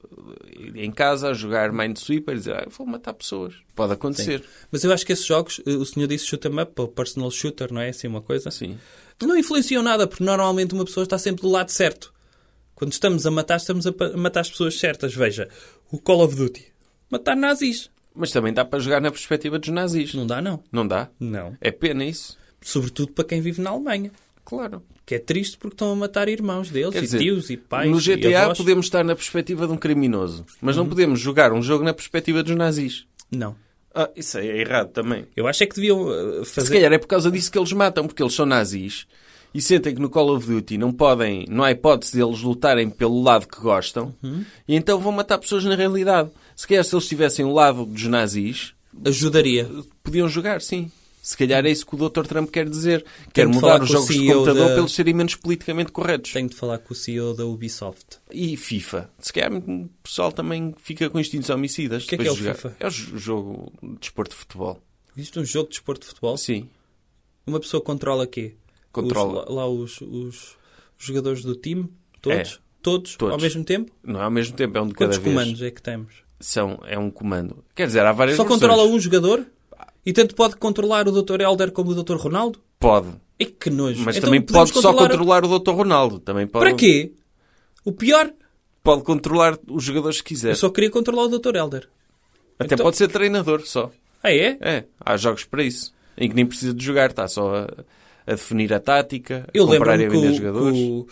[SPEAKER 2] em casa a jogar Minesweeper e dizer, ah, vou matar pessoas. Pode acontecer.
[SPEAKER 3] Mas eu acho que esses jogos, eh, o senhor disse shoot 'em up ou personal shooter, não é assim uma coisa?
[SPEAKER 2] Sim.
[SPEAKER 3] Não influenciam nada, porque normalmente uma pessoa está sempre do lado certo. Quando estamos a matar, estamos a pa- matar as pessoas certas. Veja, o Call of Duty. Matar nazis.
[SPEAKER 2] Mas também dá para jogar na perspectiva dos nazis.
[SPEAKER 3] Não dá, não.
[SPEAKER 2] Não dá?
[SPEAKER 3] Não.
[SPEAKER 2] É pena isso?
[SPEAKER 3] Sobretudo para quem vive na Alemanha.
[SPEAKER 2] Claro.
[SPEAKER 3] Que é triste porque estão a matar irmãos deles,
[SPEAKER 2] Quer
[SPEAKER 3] e
[SPEAKER 2] dizer,
[SPEAKER 3] tios, e pais,
[SPEAKER 2] no
[SPEAKER 3] e
[SPEAKER 2] GTA
[SPEAKER 3] avós. Uhum.
[SPEAKER 2] podemos estar na perspectiva de um criminoso, mas não podemos jogar um jogo na perspectiva dos nazis.
[SPEAKER 3] Não.
[SPEAKER 2] Ah, isso aí é errado também.
[SPEAKER 3] Eu acho é que deviam eh,
[SPEAKER 2] Se
[SPEAKER 3] fazer...
[SPEAKER 2] calhar é por causa disso que eles matam, porque eles são nazis e sentem que no Call of Duty não podem, não há hipótese deles lutarem pelo lado que gostam
[SPEAKER 3] Uhum.
[SPEAKER 2] e então vão matar pessoas na realidade. Se calhar se eles tivessem o lado dos nazis,
[SPEAKER 3] Ajudaria.
[SPEAKER 2] podiam jogar, sim. Se calhar é isso que o Dr. Trump quer dizer. Quer
[SPEAKER 3] de falar
[SPEAKER 2] mudar os
[SPEAKER 3] com o
[SPEAKER 2] jogos de
[SPEAKER 3] CEO
[SPEAKER 2] computador
[SPEAKER 3] da-
[SPEAKER 2] para eles serem menos politicamente corretos.
[SPEAKER 3] Tenho de falar com o CEO da Ubisoft.
[SPEAKER 2] E FIFA. Se calhar o pessoal também fica com instintos homicidas.
[SPEAKER 3] O que é que
[SPEAKER 2] depois
[SPEAKER 3] é o
[SPEAKER 2] de jogar.
[SPEAKER 3] FIFA?
[SPEAKER 2] É o jo- jogo de desporto de futebol.
[SPEAKER 3] Existe um jogo de esporte de futebol?
[SPEAKER 2] Sim.
[SPEAKER 3] Uma pessoa controla quê?
[SPEAKER 2] Controla.
[SPEAKER 3] Os- lá lá os, os jogadores do time? Todos?
[SPEAKER 2] É.
[SPEAKER 3] Todos,
[SPEAKER 2] Todos.
[SPEAKER 3] Ao mesmo tempo?
[SPEAKER 2] Não é ao mesmo tempo, é um de cada
[SPEAKER 3] Quantos
[SPEAKER 2] vez.
[SPEAKER 3] comandos é que temos?
[SPEAKER 2] São, é um comando. Quer dizer, há várias
[SPEAKER 3] Só
[SPEAKER 2] versões.
[SPEAKER 3] controla um jogador? E tanto pode controlar o Dr. Helder como o Dr. Ronaldo?
[SPEAKER 2] Pode.
[SPEAKER 3] E que nojo.
[SPEAKER 2] Mas
[SPEAKER 3] Então
[SPEAKER 2] também
[SPEAKER 3] podemos
[SPEAKER 2] pode só
[SPEAKER 3] controlar-
[SPEAKER 2] controlar um. o Dr. Ronaldo. Também pode,
[SPEAKER 3] Para quê? O pior,
[SPEAKER 2] Pode controlar os jogadores que quiser.
[SPEAKER 3] eu só queria controlar o Dr. Helder.
[SPEAKER 2] Até
[SPEAKER 3] Então-
[SPEAKER 2] pode ser treinador só.
[SPEAKER 3] Ah, é?
[SPEAKER 2] É. Há jogos para isso. Em que nem precisa de jogar. Está só a, a definir a tática, a
[SPEAKER 3] Eu
[SPEAKER 2] comprar e
[SPEAKER 3] lembro-me
[SPEAKER 2] a vender
[SPEAKER 3] que, o-
[SPEAKER 2] jogadores.
[SPEAKER 3] que o-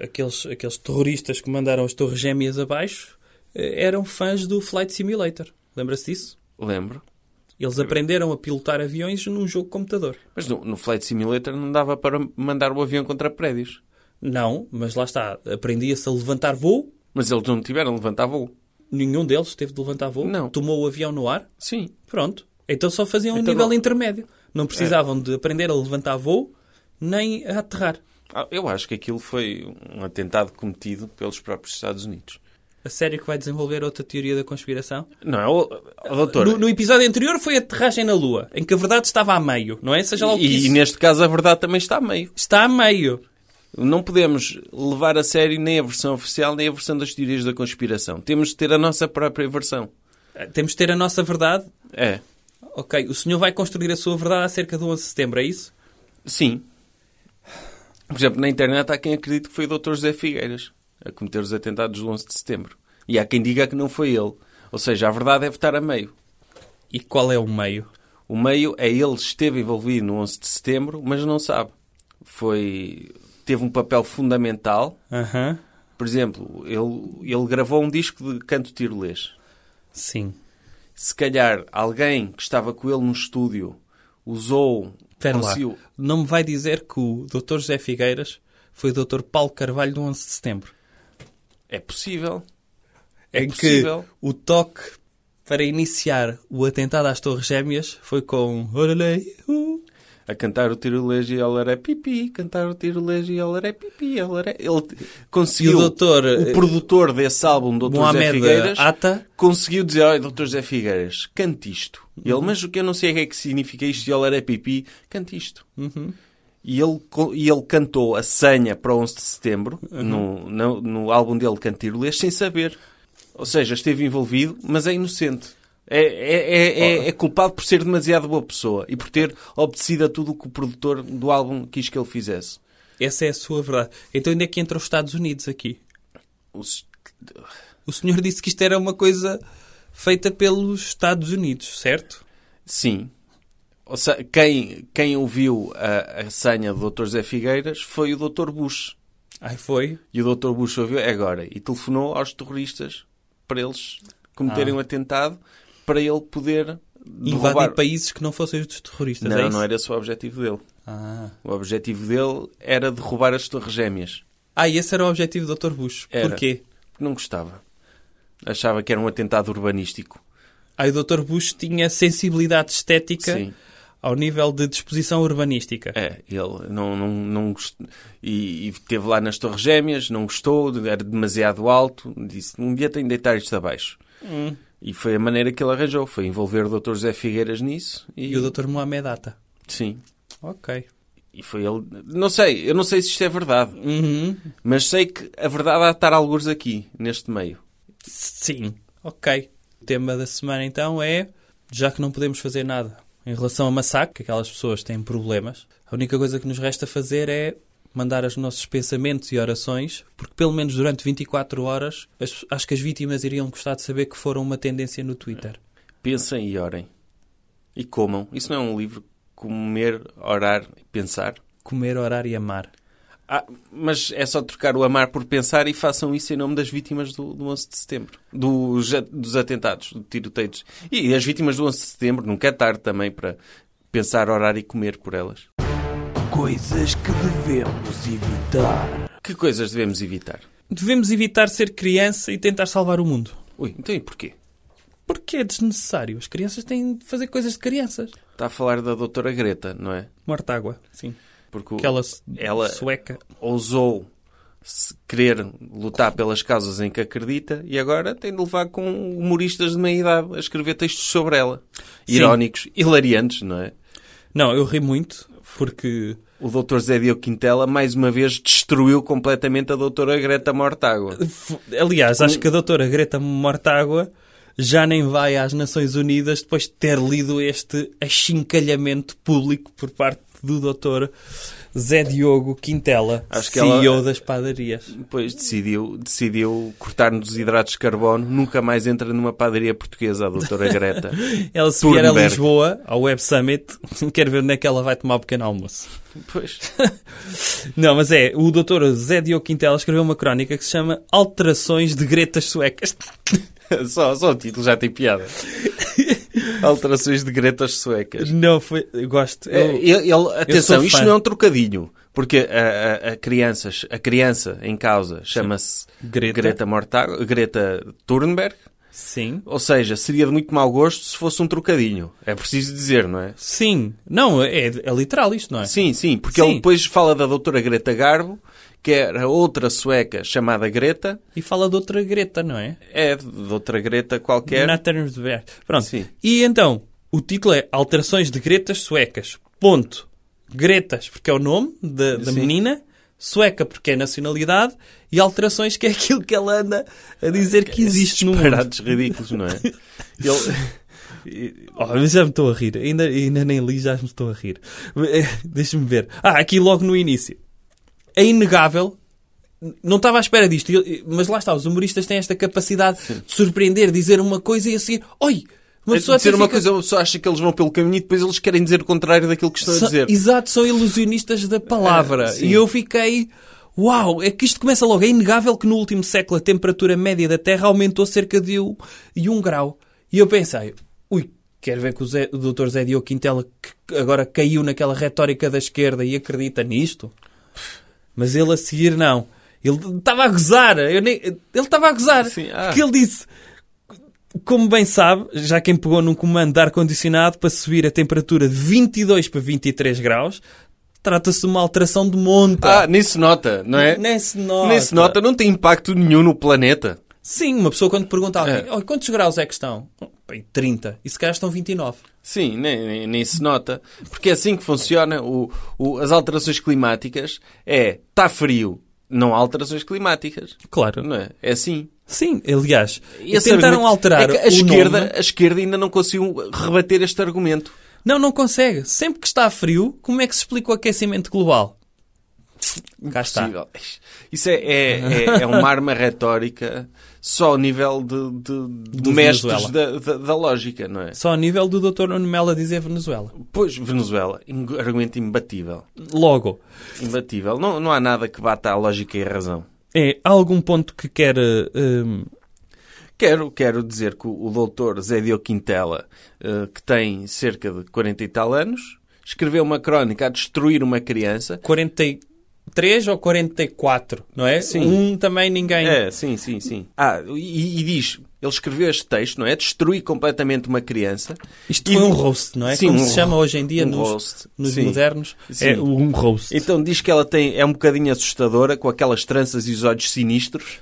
[SPEAKER 3] aqueles, aqueles terroristas que mandaram as torres gêmeas abaixo eh, eram fãs do Flight Simulator. Lembra-se disso?
[SPEAKER 2] Lembro.
[SPEAKER 3] Eles aprenderam a pilotar aviões num jogo de computador.
[SPEAKER 2] Mas no, no Flight Simulator não dava para mandar o avião contra prédios.
[SPEAKER 3] Não, mas lá está. Aprendia-se a levantar voo.
[SPEAKER 2] Mas eles não tiveram, levantava o.
[SPEAKER 3] Nenhum deles teve de levantar voo.
[SPEAKER 2] Não.
[SPEAKER 3] Tomou o avião no ar.
[SPEAKER 2] Sim.
[SPEAKER 3] Pronto. Então só faziam um
[SPEAKER 2] Então
[SPEAKER 3] nível
[SPEAKER 2] não- É.
[SPEAKER 3] intermédio. Não precisavam de aprender a levantar voo nem a aterrar.
[SPEAKER 2] Ah, Eu acho que aquilo foi um atentado cometido pelos próprios Estados Unidos.
[SPEAKER 3] A sério que vai desenvolver outra teoria da conspiração?
[SPEAKER 2] Não é, o- o doutor?
[SPEAKER 3] No, no episódio anterior foi a aterragem na Lua, em que a verdade estava a meio, não é? Seja lá o que
[SPEAKER 2] E,
[SPEAKER 3] isso.
[SPEAKER 2] neste caso a verdade também está a meio.
[SPEAKER 3] Está a meio.
[SPEAKER 2] Não podemos levar a sério nem a versão oficial nem a versão das teorias da conspiração. Temos de ter a nossa própria versão.
[SPEAKER 3] Eh, Temos de ter a nossa verdade.
[SPEAKER 2] É.
[SPEAKER 3] Ok, o senhor vai construir a sua verdade acerca do 11 de setembro, é isso?
[SPEAKER 2] Sim. Por exemplo, na internet há quem acredite que foi o Dr. José Figueiras a cometer os atentados do 11 de setembro. E há quem diga que não foi ele. Ou seja, a verdade deve estar a meio.
[SPEAKER 3] E qual é o meio?
[SPEAKER 2] O meio é ele esteve envolvido no 11 de setembro, mas não sabe. Foi teve um papel fundamental.
[SPEAKER 3] Aham.
[SPEAKER 2] Por exemplo, ele, ele gravou um disco de canto tirolês.
[SPEAKER 3] Sim.
[SPEAKER 2] Se calhar alguém que estava com ele no estúdio usou,
[SPEAKER 3] Espera lá.
[SPEAKER 2] conseguiu-
[SPEAKER 3] Não me vai dizer que o Dr. José Figueiras foi o Dr. Paulo Carvalho do 11 de setembro.
[SPEAKER 2] É possível.
[SPEAKER 3] É
[SPEAKER 2] É
[SPEAKER 3] em que
[SPEAKER 2] possível.
[SPEAKER 3] o toque para iniciar o atentado às Torres Gêmeas foi com... Orelei, uh.
[SPEAKER 2] A cantar o tirolês e ela era pipi, cantar o tirolês e ela era pipi, ela era... Ele
[SPEAKER 3] E
[SPEAKER 2] conseguiu...
[SPEAKER 3] o doutor... eh,
[SPEAKER 2] o produtor desse álbum, Dr. José
[SPEAKER 3] Mohamed
[SPEAKER 2] Figueiras,
[SPEAKER 3] Atta.
[SPEAKER 2] conseguiu dizer, olha, Dr. José Figueiras, cante isto. E ele, mas o que eu não sei é que é que significa isto, e ele era pipi, cante isto. E, ele, co- e ele cantou a senha para 11 de setembro, no, no, no álbum dele, Cantirolês, sem saber. Ou seja, esteve envolvido, mas é inocente. É, é, é- é- é culpado por ser demasiado boa pessoa e por ter obedecido a tudo o que o produtor do álbum quis que ele fizesse.
[SPEAKER 3] Essa é a sua verdade. Então ainda é que entra os Estados Unidos aqui.
[SPEAKER 2] Os-
[SPEAKER 3] O senhor disse que isto era uma coisa feita pelos Estados Unidos, certo?
[SPEAKER 2] Sim. Ou se- quem, quem ouviu a, a senha do Dr. Zé Figueiras foi o Dr. Bush.
[SPEAKER 3] Aí foi.
[SPEAKER 2] E o Dr. Bush ouviu é agora e telefonou aos terroristas para eles cometerem um atentado para ele poder
[SPEAKER 3] Ah. Invadir
[SPEAKER 2] derrubar.
[SPEAKER 3] países que não fossem os dos terroristas, é
[SPEAKER 2] Não,
[SPEAKER 3] isso?
[SPEAKER 2] não era esse o objetivo dele.
[SPEAKER 3] Ah.
[SPEAKER 2] O objetivo dele era derrubar as Torres Gêmeas.
[SPEAKER 3] Ah, e esse era o objetivo do Dr. Bush.
[SPEAKER 2] Era.
[SPEAKER 3] Porquê?
[SPEAKER 2] Porque não gostava. Achava que era um atentado urbanístico.
[SPEAKER 3] Aí Ah, o Dr. Bush tinha sensibilidade estética
[SPEAKER 2] Sim.
[SPEAKER 3] ao nível de disposição urbanística.
[SPEAKER 2] É, ele não, não, não gostou. E, e esteve lá nas Torres Gêmeas, não gostou, era demasiado alto. Disse: um dia tem de deitar isto abaixo.
[SPEAKER 3] Hum.
[SPEAKER 2] E foi a maneira que ele arranjou. Foi envolver o Dr. José Figueiras nisso. E,
[SPEAKER 3] E o Dr. Mohamed Atta.
[SPEAKER 2] Sim.
[SPEAKER 3] Ok.
[SPEAKER 2] E foi ele. Não sei, eu não sei se isto é verdade. Mas sei que a verdade há de estar alguns aqui, neste meio.
[SPEAKER 3] Sim. Ok. O tema da semana então é: já que não podemos fazer nada em relação a massacre, que aquelas pessoas têm problemas, a única coisa que nos resta fazer é mandar os nossos pensamentos e orações, porque pelo menos durante 24 horas as- acho que as vítimas iriam gostar de saber que foram uma tendência no Twitter.
[SPEAKER 2] Pensem e orem. E comam. Isso não é um livro. Comer, orar e pensar.
[SPEAKER 3] Comer, orar e amar.
[SPEAKER 2] Ah, mas é só trocar o amar por pensar e façam isso em nome das vítimas do, do 11 de setembro. Dos, a- dos atentados, do tiroteios. E as vítimas do 11 de setembro, nunca é tarde também para pensar, orar e comer por elas.
[SPEAKER 1] Coisas que devemos evitar.
[SPEAKER 2] Que coisas devemos evitar?
[SPEAKER 3] Devemos evitar ser criança e tentar salvar o mundo.
[SPEAKER 2] Ui, então e porquê?
[SPEAKER 3] Porque é desnecessário. As crianças têm de fazer coisas de crianças.
[SPEAKER 2] Está a falar da doutora Greta, não é?
[SPEAKER 3] Morta água. Sim.
[SPEAKER 2] Porque o-
[SPEAKER 3] Aquela
[SPEAKER 2] Ela-
[SPEAKER 3] sueca.
[SPEAKER 2] ousou se- querer lutar pelas causas em que acredita e agora tem de levar com humoristas de meia-idade a escrever textos sobre ela.
[SPEAKER 3] Sim.
[SPEAKER 2] Irónicos, hilariantes, não é?
[SPEAKER 3] Não, eu ri muito porque
[SPEAKER 2] O Dr. Zé Diogo Quintela, mais uma vez, destruiu completamente a Doutora Greta Mortágua.
[SPEAKER 3] F- Aliás, acho que a doutora Greta Mortágua já nem vai às Nações Unidas depois de ter lido este achincalhamento público por parte do doutor Zé Diogo Quintela,
[SPEAKER 2] Acho que
[SPEAKER 3] CEO
[SPEAKER 2] ela-
[SPEAKER 3] das padarias.
[SPEAKER 2] Depois decidiu, decidiu cortar-nos os hidratos de carbono. Nunca mais entra numa padaria portuguesa a Doutora Greta.
[SPEAKER 3] Ela se vier a
[SPEAKER 2] Thunberg.
[SPEAKER 3] Lisboa, ao Web Summit, quero ver onde é que ela vai tomar o pequeno almoço.
[SPEAKER 2] Pois,
[SPEAKER 3] Não, mas é, o doutor Zé Diogo Quintela escreveu uma crónica que se chama Alterações de Gretas Suecas.
[SPEAKER 2] só, só o título já tem piada. Alterações de Gretas suecas.
[SPEAKER 3] Não foi... eu Gosto.
[SPEAKER 2] É,
[SPEAKER 3] Eu-
[SPEAKER 2] ele- ele- atenção,
[SPEAKER 3] sou
[SPEAKER 2] isto
[SPEAKER 3] fã.
[SPEAKER 2] não é um trocadilho. Porque a, a- a crianças- a criança em causa chama-se
[SPEAKER 3] Greta.
[SPEAKER 2] Greta. Mortágua, Greta Thunberg.
[SPEAKER 3] Sim.
[SPEAKER 2] Ou seja, seria de muito mau gosto se fosse um trocadilho. É preciso dizer, não é?
[SPEAKER 3] Sim. Não, é, é literal isto, não é?
[SPEAKER 2] Sim, sim, porque
[SPEAKER 3] Sim.
[SPEAKER 2] ele depois fala da doutora Greta Garbo, que era outra sueca chamada Greta.
[SPEAKER 3] E fala de outra Greta, não é?
[SPEAKER 2] É, de outra Greta qualquer.
[SPEAKER 3] Nathan Berg. Pronto.
[SPEAKER 2] Sim.
[SPEAKER 3] E então, o título é Alterações de Gretas Suecas. Ponto. Gretas, porque é o nome da, da
[SPEAKER 2] Sim.
[SPEAKER 3] menina. Sueca, porque é nacionalidade. E alterações, que é aquilo que ela anda a dizer que existe no mundo.
[SPEAKER 2] Disparados ridículos, não é? Ele...
[SPEAKER 3] Oh, mas já me estou a rir. Ainda, ainda nem li, já me estou a rir. Eh, Deixa-me ver. Ah, aqui logo no início. é inegável. Não estava à espera disto, e- e- mas lá está, os humoristas têm esta capacidade de surpreender, dizer uma coisa e a seguir, oi, uma
[SPEAKER 2] É
[SPEAKER 3] pessoa
[SPEAKER 2] dizer
[SPEAKER 3] até
[SPEAKER 2] uma
[SPEAKER 3] fica-
[SPEAKER 2] coisa, uma pessoa acha que eles vão pelo caminho e depois eles querem dizer o contrário daquilo que estão a
[SPEAKER 3] São-
[SPEAKER 2] dizer.
[SPEAKER 3] Exato, são ilusionistas da palavra.
[SPEAKER 2] É, sim.
[SPEAKER 3] e eu fiquei. Uau, é que isto começa logo. É inegável que no último século a temperatura média da Terra aumentou cerca de 1 um, grau. E eu pensei, ui, quero ver que o, Zé, o Dr. Zé Diogo Quintela que agora caiu naquela retórica da esquerda e acredita nisto. Mas ele a seguir não. Ele estava a gozar. Eu nem- Ele estava a gozar.
[SPEAKER 2] Sim, ah.
[SPEAKER 3] Porque ele disse... Como bem sabe, já quem pegou num comando de ar-condicionado para subir a temperatura de 22 para 23 graus, trata-se de uma alteração de monta.
[SPEAKER 2] Ah, nem se nota, não é?
[SPEAKER 3] Nem se nota.
[SPEAKER 2] Nem se nota, não tem impacto nenhum no planeta.
[SPEAKER 3] Sim, uma pessoa quando pergunta a alguém,
[SPEAKER 2] É.
[SPEAKER 3] "Oh, quantos graus é que estão? "Oh, bem, 30. E se calhar estão 29.
[SPEAKER 2] Sim, nem, nem- nem se nota. Porque é assim que funciona o, o- as alterações climáticas. É, está frio, não há alterações climáticas.
[SPEAKER 3] Claro.
[SPEAKER 2] Não é? É assim.
[SPEAKER 3] Sim, aliás,
[SPEAKER 2] E eu sei
[SPEAKER 3] tentaram
[SPEAKER 2] muito-
[SPEAKER 3] alterar
[SPEAKER 2] é que a,
[SPEAKER 3] o
[SPEAKER 2] esquerda,
[SPEAKER 3] nome.
[SPEAKER 2] a esquerda ainda não conseguiu rebater este argumento.
[SPEAKER 3] Não, não consegue. Sempre que está frio, como é que se explica o aquecimento global? Cá está.
[SPEAKER 2] Possível. Isso é, é, é, é uma arma retórica só ao nível de, de, de
[SPEAKER 3] Do
[SPEAKER 2] mestres da,
[SPEAKER 3] Venezuela.
[SPEAKER 2] da, da lógica, não é?
[SPEAKER 3] Só ao nível do Dr. Nuno Melo a dizer Venezuela.
[SPEAKER 2] Pois, Venezuela, in- argumento imbatível.
[SPEAKER 3] Logo,
[SPEAKER 2] Imbatível. Não, não há nada que bata a lógica e a razão.
[SPEAKER 3] é há algum ponto que quer. eh, hum,
[SPEAKER 2] Quero, quero dizer que o o doutor Zé Diogo Quintela, eh, que tem cerca de 40 e tal anos, escreveu uma crónica a destruir uma criança.
[SPEAKER 3] 43 ou 44, não é?
[SPEAKER 2] Sim.
[SPEAKER 3] Um também ninguém.
[SPEAKER 2] É, sim, sim, sim. Ah, e, e diz, ele escreveu este texto, não é? Destruir completamente uma criança.
[SPEAKER 3] Isto
[SPEAKER 2] E-
[SPEAKER 3] foi um roast, não é?
[SPEAKER 2] Sim,
[SPEAKER 3] Como
[SPEAKER 2] um
[SPEAKER 3] se chama
[SPEAKER 2] ro-
[SPEAKER 3] hoje em dia
[SPEAKER 2] um
[SPEAKER 3] nos,
[SPEAKER 2] roast.
[SPEAKER 3] nos
[SPEAKER 2] Sim.
[SPEAKER 3] modernos.
[SPEAKER 2] Sim.
[SPEAKER 3] É um roast.
[SPEAKER 2] Então diz que ela tem, é um bocadinho assustadora, com aquelas tranças e os olhos sinistros.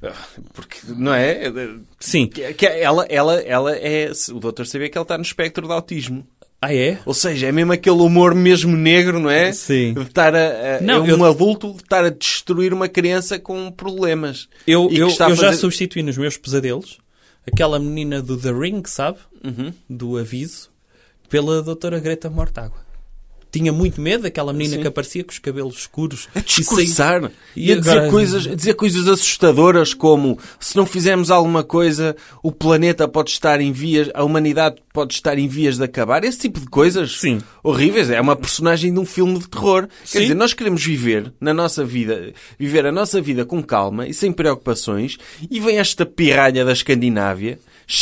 [SPEAKER 2] Ah, Porque, não é?
[SPEAKER 3] Sim.
[SPEAKER 2] Que- que ela, ela, ela é... O doutor sabia que ela está no espectro de autismo.
[SPEAKER 3] Ah, é?
[SPEAKER 2] Ou seja, é mesmo aquele humor mesmo negro, não é?
[SPEAKER 3] Sim.
[SPEAKER 2] De estar a, a-
[SPEAKER 3] Não,
[SPEAKER 2] um
[SPEAKER 3] eu-
[SPEAKER 2] adulto de estar a destruir uma criança com problemas.
[SPEAKER 3] Eu,
[SPEAKER 2] E que
[SPEAKER 3] eu,
[SPEAKER 2] está a
[SPEAKER 3] eu já
[SPEAKER 2] fazer-
[SPEAKER 3] substituí nos meus pesadelos aquela menina do The Ring, sabe?
[SPEAKER 2] Uhum.
[SPEAKER 3] Do aviso, pela doutora Greta Mortágua. Tinha muito medo daquela menina
[SPEAKER 2] Sim.
[SPEAKER 3] que aparecia com os cabelos escuros.
[SPEAKER 2] A
[SPEAKER 3] e saía-
[SPEAKER 2] discursar e,
[SPEAKER 3] E
[SPEAKER 2] a, dizer
[SPEAKER 3] agora-
[SPEAKER 2] coisas, a dizer coisas assustadoras como se não fizermos alguma coisa, o planeta pode estar em vias, a humanidade pode estar em vias de acabar. Esse tipo de coisas
[SPEAKER 3] Sim.
[SPEAKER 2] horríveis. É uma personagem de um filme de terror. Quer
[SPEAKER 3] Sim.
[SPEAKER 2] dizer, nós queremos viver na nossa vida, viver a nossa vida com calma e sem preocupações e vem esta pirralha da Escandinávia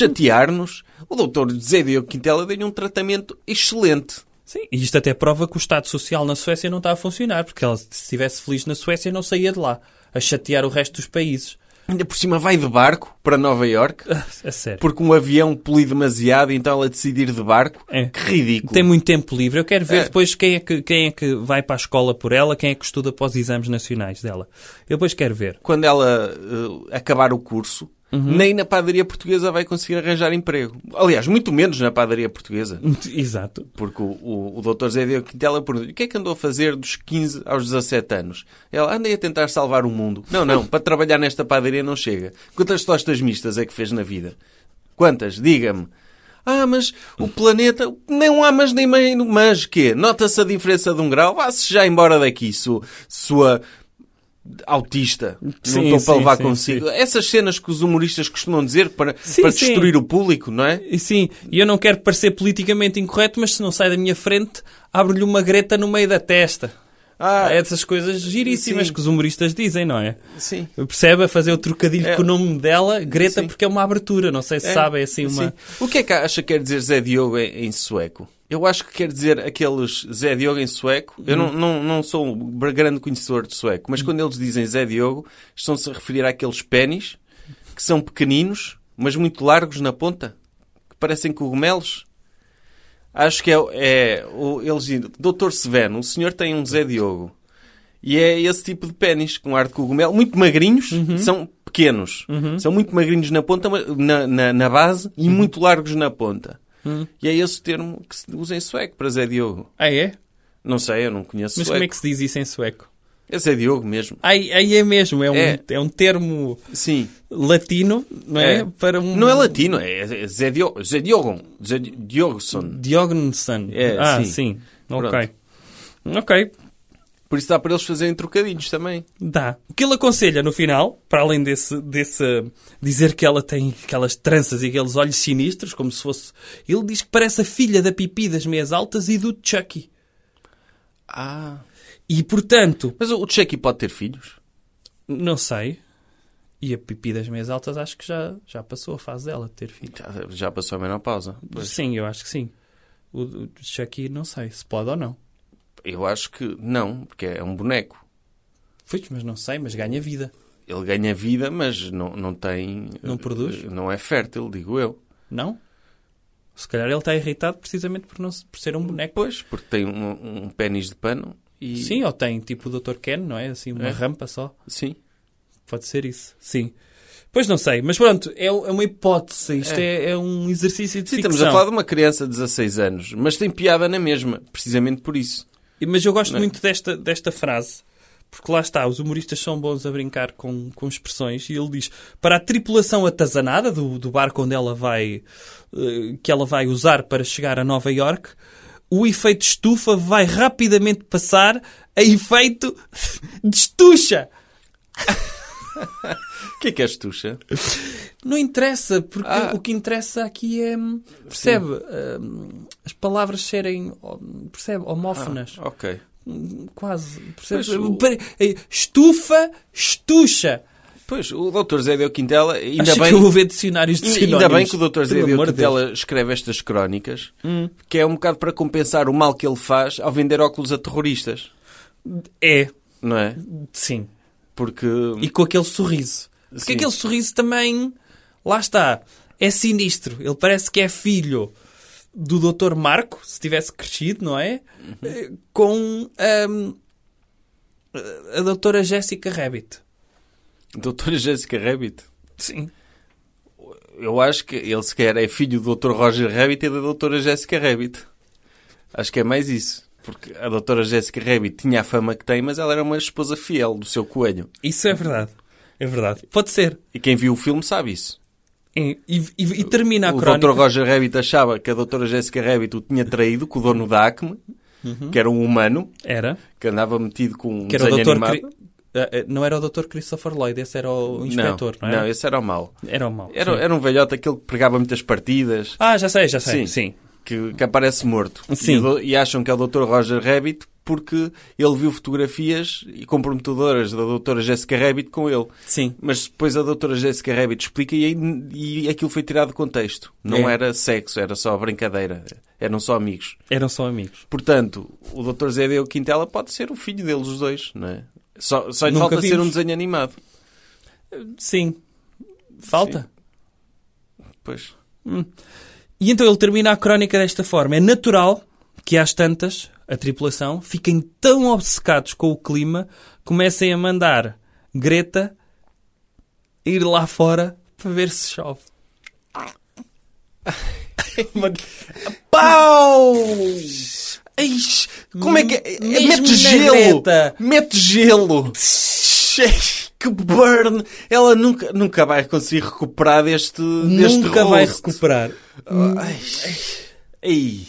[SPEAKER 2] chatear-nos. O doutor Zé Diogo Quintela deu-lhe um tratamento excelente.
[SPEAKER 3] Sim, e isto até prova que o Estado Social na Suécia não está a funcionar, porque ela, se estivesse feliz na Suécia, não saía de lá, a chatear o resto dos países.
[SPEAKER 2] Ainda por cima vai de barco para Nova Iorque.
[SPEAKER 3] A sério.
[SPEAKER 2] porque um avião polui demasiado, então ela decide ir de barco.
[SPEAKER 3] É.
[SPEAKER 2] Que ridículo.
[SPEAKER 3] Tem muito tempo livre. Eu quero ver
[SPEAKER 2] É.
[SPEAKER 3] depois quem é, que, quem é que vai para a escola por ela, quem é que estuda para os exames nacionais dela. Eu depois quero ver.
[SPEAKER 2] Quando ela eh, acabar o curso,
[SPEAKER 3] Uhum.
[SPEAKER 2] nem na padaria portuguesa vai conseguir arranjar emprego. Aliás, muito menos na padaria portuguesa.
[SPEAKER 3] Exato.
[SPEAKER 2] Porque o, o, o Dr. Zé Diogo Quintela pergunta-lhe o que é que andou a fazer dos 15 aos 17 anos? Ela andei a tentar salvar o mundo. Não, não, para trabalhar nesta padaria não chega. Quantas tostas mistas é que fez na vida? Quantas? Diga-me. Ah, mas o planeta. Não há mas nem mais. Mas quê? Nota-se a diferença de um grau? Vá-se já embora daqui, sua. sua autista.
[SPEAKER 3] Sim,
[SPEAKER 2] não estou para
[SPEAKER 3] sim,
[SPEAKER 2] levar
[SPEAKER 3] sim,
[SPEAKER 2] consigo. Essas cenas que os humoristas costumam dizer para,
[SPEAKER 3] Sim,
[SPEAKER 2] para
[SPEAKER 3] sim.
[SPEAKER 2] destruir o público, não é?
[SPEAKER 3] E sim, e eu não quero parecer politicamente incorreto, mas se não sai da minha frente, abro-lhe uma greta no meio da testa.
[SPEAKER 2] Ah,
[SPEAKER 3] Há essas coisas giríssimas
[SPEAKER 2] sim.
[SPEAKER 3] que os humoristas dizem, não é?
[SPEAKER 2] sim.
[SPEAKER 3] Percebe? A fazer o trocadilho
[SPEAKER 2] É.
[SPEAKER 3] com o nome dela, Greta,
[SPEAKER 2] Sim.
[SPEAKER 3] porque é uma abertura. Não sei se
[SPEAKER 2] É,
[SPEAKER 3] sabe, é assim uma...
[SPEAKER 2] sim. O que é que acha que quer dizer Zé Diogo em, em sueco? Eu acho que quer dizer aqueles Zé Diogo em sueco. Eu
[SPEAKER 3] Hum.
[SPEAKER 2] não, não, não sou um grande conhecedor de sueco, mas quando eles dizem Zé Diogo, estão-se a referir àqueles pênis que são pequeninos, mas muito largos na ponta, que parecem cogumelos. Acho que é, é o, eles dizem, Doutor Seveno, o senhor tem um Zé Diogo. E é esse tipo de pênis, com ar de cogumelo, muito magrinhos,
[SPEAKER 3] Uhum.
[SPEAKER 2] são pequenos. São muito magrinhos na ponta, mas- na, na, na base, e
[SPEAKER 3] Uhum.
[SPEAKER 2] muito largos na ponta. E é esse o termo que se usa em sueco para Zé Diogo.
[SPEAKER 3] Ah, é?
[SPEAKER 2] Não sei, eu não conheço
[SPEAKER 3] Mas
[SPEAKER 2] sueco.
[SPEAKER 3] como é que se diz isso em sueco?
[SPEAKER 2] É Zé Diogo mesmo.
[SPEAKER 3] Aí, aí é mesmo, é um,
[SPEAKER 2] É.
[SPEAKER 3] é. um termo
[SPEAKER 2] Sim.
[SPEAKER 3] latino, não é?
[SPEAKER 2] É.
[SPEAKER 3] Para um...
[SPEAKER 2] Não é latino, é é Zé Diogo. Zé Diogo. Zé Diogoson.
[SPEAKER 3] Diognson.
[SPEAKER 2] É,
[SPEAKER 3] ah,
[SPEAKER 2] sim.
[SPEAKER 3] sim.
[SPEAKER 2] Pronto.
[SPEAKER 3] Ok. Ok.
[SPEAKER 2] Por isso dá para eles fazerem trocadilhos também.
[SPEAKER 3] Dá. O que ele aconselha no final, para além desse, desse dizer que ela tem aquelas tranças e aqueles olhos sinistros, como se fosse. Ele diz que parece a filha da Pipi das Meias Altas e do Chucky.
[SPEAKER 2] Ah.
[SPEAKER 3] E portanto,
[SPEAKER 2] Mas o o Chucky pode ter filhos?
[SPEAKER 3] não sei. E a Pipi das Meias Altas acho que já, já passou a fase dela de ter filho.
[SPEAKER 2] Já, já passou a menopausa. Pois.
[SPEAKER 3] Sim, eu acho que sim. O, o Chucky, não sei se pode ou não.
[SPEAKER 2] Eu acho que não, porque é um boneco.
[SPEAKER 3] Pois, mas não sei, mas ganha vida.
[SPEAKER 2] Ele ganha vida, mas não, não tem.
[SPEAKER 3] Não produz?
[SPEAKER 2] Não é fértil, digo eu.
[SPEAKER 3] Não? Se calhar ele está irritado precisamente por, não, se- por ser um boneco.
[SPEAKER 2] Pois, porque tem um, um pênis de pano e.
[SPEAKER 3] Sim, ou tem tipo o Dr. Ken, não é? Assim, uma
[SPEAKER 2] É.
[SPEAKER 3] rampa só.
[SPEAKER 2] Sim.
[SPEAKER 3] Pode ser isso. Sim. Pois não sei, mas pronto, é, é uma hipótese. Isto é, é um exercício de
[SPEAKER 2] Sim,
[SPEAKER 3] ficção.
[SPEAKER 2] estamos a falar de uma criança de 16 anos, mas tem piada na mesma, precisamente por isso.
[SPEAKER 3] Mas eu gosto
[SPEAKER 2] Não. é?
[SPEAKER 3] muito desta, desta frase, porque lá está, os humoristas são bons a brincar com, com expressões, e ele diz, para a tripulação atazanada do, do barco onde ela vai, eh, que ela vai usar para chegar a Nova York, o efeito estufa vai rapidamente passar a efeito destucha.
[SPEAKER 2] O que é que és tuxa?
[SPEAKER 3] Não interessa, porque
[SPEAKER 2] Ah.
[SPEAKER 3] o que interessa aqui é. Percebe? hum, as palavras serem. hum, Percebe? Homófonas.
[SPEAKER 2] Ok.
[SPEAKER 3] Hum, Quase. Percebe?
[SPEAKER 2] Pois, o-
[SPEAKER 3] Pare- eh, Estufa, estucha.
[SPEAKER 2] Pois, o Dr. Zé Deu Quintela, ainda
[SPEAKER 3] Acho
[SPEAKER 2] bem.
[SPEAKER 3] que eu vou ver dicionários de
[SPEAKER 2] Ainda
[SPEAKER 3] sinónimos.
[SPEAKER 2] ainda bem que o Dr. Zé
[SPEAKER 3] Pelo
[SPEAKER 2] Deu
[SPEAKER 3] amor de Deus. Hum.
[SPEAKER 2] Quintela escreve estas crónicas, que é um bocado para compensar o mal que ele faz ao vender óculos a terroristas,
[SPEAKER 3] É,
[SPEAKER 2] não é?
[SPEAKER 3] sim.
[SPEAKER 2] Porque.
[SPEAKER 3] E com aquele sorriso. Porque
[SPEAKER 2] Sim.
[SPEAKER 3] aquele sorriso também. Lá está. É sinistro. Ele parece que é filho do Dr. Marco, se tivesse crescido, não é? Eh, Com hum, a a Doutora Jéssica Rabbit.
[SPEAKER 2] Doutora Jessica Rabbit.
[SPEAKER 3] Sim.
[SPEAKER 2] Eu acho que ele sequer é filho do Dr. Roger Rabbit e da Doutora Jessica Rabbit. Acho que é mais isso. Porque a Doutora Jessica Rabbit tinha a fama que tem, mas ela era uma esposa fiel do seu coelho.
[SPEAKER 3] Isso é verdade. É verdade. Pode ser.
[SPEAKER 2] E quem viu o filme sabe isso.
[SPEAKER 3] E, e- e termina a
[SPEAKER 2] o
[SPEAKER 3] crónica.
[SPEAKER 2] Dr. Roger Rabbit achava que a Doutora Jessica Rabbit o tinha traído com o dono da Acme, que era um humano,
[SPEAKER 3] Era.
[SPEAKER 2] que andava metido com um
[SPEAKER 3] Uhum. Que era o
[SPEAKER 2] desenho
[SPEAKER 3] Dr.
[SPEAKER 2] animado.
[SPEAKER 3] Cri- Ah, ah, Não era o Dr. Christopher Lloyd, esse era o inspetor, não,
[SPEAKER 2] não,
[SPEAKER 3] era?
[SPEAKER 2] esse era o mal.
[SPEAKER 3] Era o mau.
[SPEAKER 2] Era,
[SPEAKER 3] sim.
[SPEAKER 2] era um velhote aquele que pregava muitas partidas.
[SPEAKER 3] Ah, já sei, já sei.
[SPEAKER 2] Sim. que, que aparece morto.
[SPEAKER 3] Sim.
[SPEAKER 2] E, do- e acham que é o Dr. Roger Rabbit porque ele viu fotografias e comprometedoras da Dra. Jessica Rabbit com ele.
[SPEAKER 3] Sim.
[SPEAKER 2] Mas depois a Dra. Jessica Rabbit explica e, aí- e aquilo foi tirado de contexto. Não
[SPEAKER 3] É.
[SPEAKER 2] era sexo, era só brincadeira. Eram só amigos.
[SPEAKER 3] Eram só amigos.
[SPEAKER 2] Portanto, o Dr. Zé Deu Quintela pode ser o filho deles os dois, não é? Só, só lhe
[SPEAKER 3] Nunca
[SPEAKER 2] falta ser
[SPEAKER 3] vimos.
[SPEAKER 2] um desenho animado.
[SPEAKER 3] Sim. Falta.
[SPEAKER 2] Pois.
[SPEAKER 3] E então ele termina a crónica desta forma. É natural que às tantas, a tripulação, fiquem tão obcecados com o clima, comecem a mandar Greta ir lá fora para ver se chove.
[SPEAKER 2] Pau! Eis, como é que é?
[SPEAKER 3] Mesmo
[SPEAKER 2] Mete
[SPEAKER 3] na
[SPEAKER 2] gelo!
[SPEAKER 3] greta.
[SPEAKER 2] Mete gelo! Que burn! Ela nunca, nunca vai conseguir recuperar deste. deste
[SPEAKER 3] Nunca vai Hum.
[SPEAKER 2] roast.
[SPEAKER 3] recuperar.
[SPEAKER 2] Ai, Ei.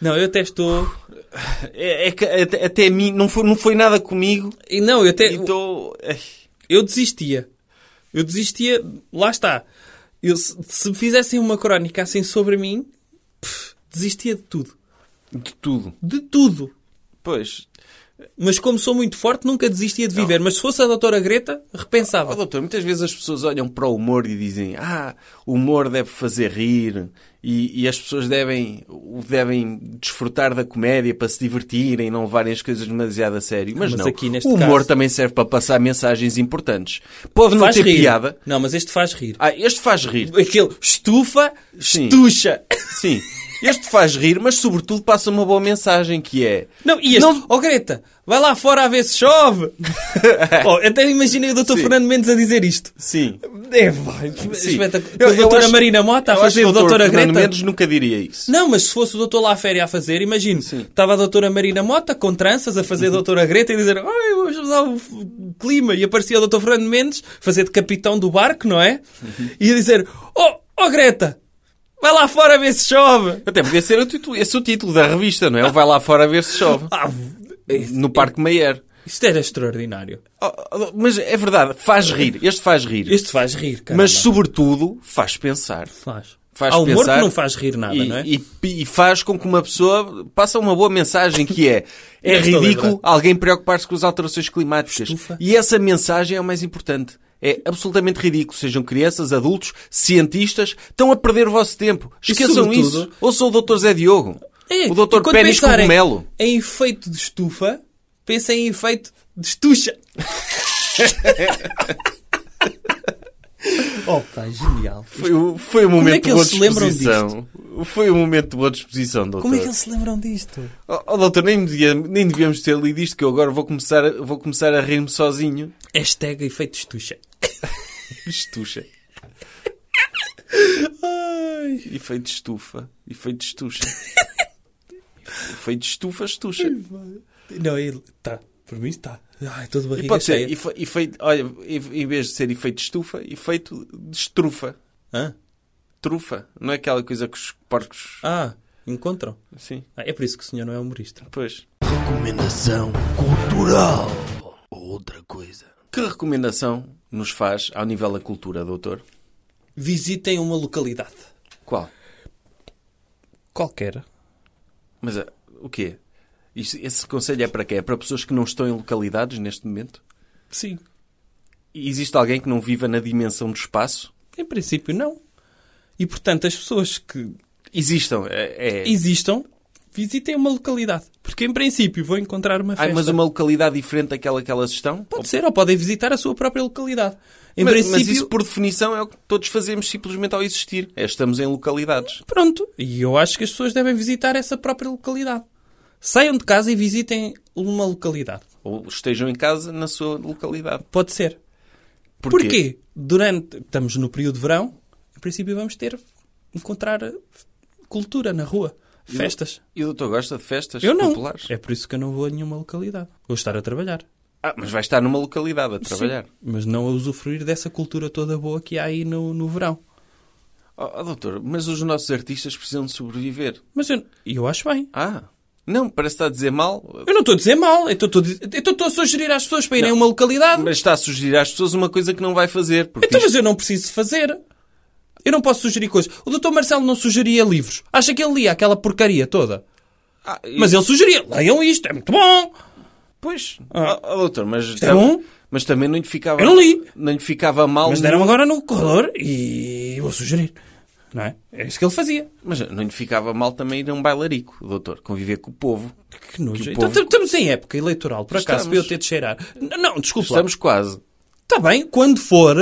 [SPEAKER 3] Não, eu até estou.
[SPEAKER 2] É, é que até, até a mim, não foi, não foi nada comigo.
[SPEAKER 3] E não, eu até.
[SPEAKER 2] E tô- ai.
[SPEAKER 3] Eu desistia. Eu desistia. Lá está. Eu, se se fizessem uma crónica assim sobre mim, pff, desistia de tudo.
[SPEAKER 2] De tudo.
[SPEAKER 3] De tudo.
[SPEAKER 2] Pois.
[SPEAKER 3] Mas como sou muito forte, nunca desistia de viver. Mas se fosse a doutora Greta,
[SPEAKER 2] Ó,
[SPEAKER 3] repensava.
[SPEAKER 2] doutor, muitas vezes as pessoas olham para o humor e dizem ah, o humor deve fazer rir e, e as pessoas devem, o devem desfrutar da comédia para se divertirem, não levarem as coisas demasiado a sério. Mas,
[SPEAKER 3] Mas
[SPEAKER 2] não,
[SPEAKER 3] aqui neste
[SPEAKER 2] o humor
[SPEAKER 3] caso-
[SPEAKER 2] também serve para passar mensagens importantes. Pode não
[SPEAKER 3] faz
[SPEAKER 2] ter
[SPEAKER 3] rir.
[SPEAKER 2] piada.
[SPEAKER 3] Não, mas este faz rir.
[SPEAKER 2] Ah, este faz rir.
[SPEAKER 3] Aquele estufa,
[SPEAKER 2] Sim.
[SPEAKER 3] estucha.
[SPEAKER 2] Sim. Este faz rir, mas sobretudo passa uma boa mensagem que é...
[SPEAKER 3] Não, e este?
[SPEAKER 2] Não-
[SPEAKER 3] Ó Greta, vai lá fora a ver se chove. Ó, até imaginei o doutor
[SPEAKER 2] Sim.
[SPEAKER 3] Fernando Mendes a dizer isto.
[SPEAKER 2] Sim.
[SPEAKER 3] É, vai.
[SPEAKER 2] Sim.
[SPEAKER 3] Espetacular.
[SPEAKER 2] Eu-
[SPEAKER 3] Com
[SPEAKER 2] eu
[SPEAKER 3] a doutora
[SPEAKER 2] acho-
[SPEAKER 3] Marina Mota a
[SPEAKER 2] eu acho
[SPEAKER 3] fazer
[SPEAKER 2] que
[SPEAKER 3] o doutora
[SPEAKER 2] Fernando
[SPEAKER 3] Greta.
[SPEAKER 2] Mendes nunca diria isso.
[SPEAKER 3] Não, mas se fosse o doutor lá à férias a fazer, imagino. Estava a doutora Marina Mota com tranças a
[SPEAKER 2] Uhum.
[SPEAKER 3] fazer a doutora Greta e dizer Ai, vamos mudar o f- clima. E aparecia o doutor Fernando Mendes fazer de capitão do barco, não é?
[SPEAKER 2] Uhum.
[SPEAKER 3] E a dizer Oh, oh Greta, vai lá fora ver se chove.
[SPEAKER 2] Até podia ser o título, esse o título da revista, não é? Ele vai lá fora ver se chove.
[SPEAKER 3] Ah,
[SPEAKER 2] no Parque Meyer.
[SPEAKER 3] Isto era extraordinário.
[SPEAKER 2] Oh, oh, Mas é verdade, faz rir. Este faz rir.
[SPEAKER 3] Isto faz rir, cara.
[SPEAKER 2] Mas, sobretudo, faz pensar.
[SPEAKER 3] faz.
[SPEAKER 2] faz
[SPEAKER 3] Há humor
[SPEAKER 2] pensar
[SPEAKER 3] que não faz rir nada,
[SPEAKER 2] e,
[SPEAKER 3] não é?
[SPEAKER 2] e- e faz com que uma pessoa passe uma boa mensagem que é é
[SPEAKER 3] Eu estou a
[SPEAKER 2] ridículo
[SPEAKER 3] lembrar.
[SPEAKER 2] alguém preocupar-se com as alterações climáticas.
[SPEAKER 3] Estufa.
[SPEAKER 2] E essa mensagem é o mais importante. É absolutamente ridículo. Sejam crianças, adultos, cientistas, estão a perder o vosso tempo. Esqueçam
[SPEAKER 3] sobretudo-
[SPEAKER 2] isso. Ouçam o Dr. Zé Diogo.
[SPEAKER 3] É,
[SPEAKER 2] o Dr.
[SPEAKER 3] e quando
[SPEAKER 2] Pênis
[SPEAKER 3] pensarem
[SPEAKER 2] Cogumelo.
[SPEAKER 3] Em efeito de estufa, pensem em efeito de estucha. Opa, genial.
[SPEAKER 2] Foi, o- foi um momento
[SPEAKER 3] é que
[SPEAKER 2] de boa
[SPEAKER 3] eles se lembram
[SPEAKER 2] disposição. Foi um momento de boa disposição, doutor.
[SPEAKER 3] Como é que eles se lembram disto?
[SPEAKER 2] Oh, oh, doutor, nem, devia- nem devíamos ter lido isto, que eu agora vou começar, a- vou começar a rir-me sozinho.
[SPEAKER 3] Hashtag efeito de estucha.
[SPEAKER 2] Estucha.
[SPEAKER 3] Ai,
[SPEAKER 2] Efeito de estufa. Efeito de estucha. Efeito de estufa, estucha.
[SPEAKER 3] não, ele... Tá, por mim está. Ai, estou de
[SPEAKER 2] E
[SPEAKER 3] barriga
[SPEAKER 2] pode
[SPEAKER 3] cheia.
[SPEAKER 2] ser efe- efeito... Olha, em em vez de ser efeito de estufa, efeito de estrufa.
[SPEAKER 3] Hã?
[SPEAKER 2] Trufa. Não é aquela coisa que os porcos...
[SPEAKER 3] Ah, encontram.
[SPEAKER 2] Sim,
[SPEAKER 3] Ah, é por isso que o senhor não é humorista.
[SPEAKER 2] pois.
[SPEAKER 1] Recomendação cultural. Outra coisa.
[SPEAKER 2] Que recomendação nos faz ao nível da cultura, doutor?
[SPEAKER 3] Visitem uma localidade.
[SPEAKER 2] Qual?
[SPEAKER 3] Qualquer.
[SPEAKER 2] Mas ah, o quê? Isso- esse conselho é para quê? É para pessoas que não estão em localidades neste momento?
[SPEAKER 3] Sim.
[SPEAKER 2] E existe alguém que não viva na dimensão do espaço?
[SPEAKER 3] Em princípio, não. E, portanto, as pessoas que
[SPEAKER 2] Existam. É, é-
[SPEAKER 3] existam, visitem uma localidade. Porque, em princípio, vão encontrar uma
[SPEAKER 2] Ai,
[SPEAKER 3] festa.
[SPEAKER 2] mas uma localidade diferente daquela que elas estão?
[SPEAKER 3] Pode ser, ou podem visitar a sua própria localidade. Em
[SPEAKER 2] mas,
[SPEAKER 3] princípio,
[SPEAKER 2] mas isso, por definição, é o que todos fazemos simplesmente ao existir. É, estamos em localidades.
[SPEAKER 3] pronto. E eu acho que as pessoas devem visitar essa própria localidade. Saiam de casa e visitem uma localidade.
[SPEAKER 2] Ou estejam em casa na sua localidade.
[SPEAKER 3] Pode ser.
[SPEAKER 2] Porquê?
[SPEAKER 3] Durante... Estamos no período de verão. Em princípio, vamos ter... Encontrar eh, cultura na rua. Festas.
[SPEAKER 2] E o doutor gosta de festas
[SPEAKER 3] Eu não.
[SPEAKER 2] populares?
[SPEAKER 3] É por isso que eu não vou a nenhuma localidade. Vou estar a trabalhar.
[SPEAKER 2] Ah, mas vai estar numa localidade a trabalhar.
[SPEAKER 3] Sim, mas não a usufruir dessa cultura toda boa que há aí no, no verão.
[SPEAKER 2] Oh, oh, doutor, mas os nossos artistas precisam de sobreviver.
[SPEAKER 3] Mas eu, eu acho bem.
[SPEAKER 2] Ah, não, parece estar a dizer mal.
[SPEAKER 3] Eu não estou a dizer mal. Eu estou- estou a dizer- eu estou estou a sugerir às pessoas para irem a uma localidade.
[SPEAKER 2] Mas está a sugerir às pessoas uma coisa que não vai fazer. Porque
[SPEAKER 3] Então,
[SPEAKER 2] isto-
[SPEAKER 3] mas eu não preciso fazer. Eu não posso sugerir coisas. O Dr. Marcelo não sugeria livros. Acha que ele lia aquela porcaria toda.
[SPEAKER 2] Ah, e-
[SPEAKER 3] Mas ele sugeria. Leiam isto, é muito bom.
[SPEAKER 2] Pois, Oh, oh, doutor, mas,
[SPEAKER 3] Ah. é
[SPEAKER 2] tam-
[SPEAKER 3] bom?
[SPEAKER 2] mas também não lhe ficava...
[SPEAKER 3] Eu não li.
[SPEAKER 2] Não lhe ficava mal...
[SPEAKER 3] Mas deram agora no corredor e eu vou sugerir. Não é? É isso que ele fazia.
[SPEAKER 2] Mas não lhe ficava mal também ir a um bailarico, doutor. Conviver com o povo.
[SPEAKER 3] Que nojo.
[SPEAKER 2] Que o
[SPEAKER 3] Então,
[SPEAKER 2] povo-
[SPEAKER 3] estamos em época eleitoral, por acaso,
[SPEAKER 2] Estamos.
[SPEAKER 3] para eu ter de cheirar. N- Não, desculpa. lá.
[SPEAKER 2] Estamos quase.
[SPEAKER 3] Está Tá bem, quando for,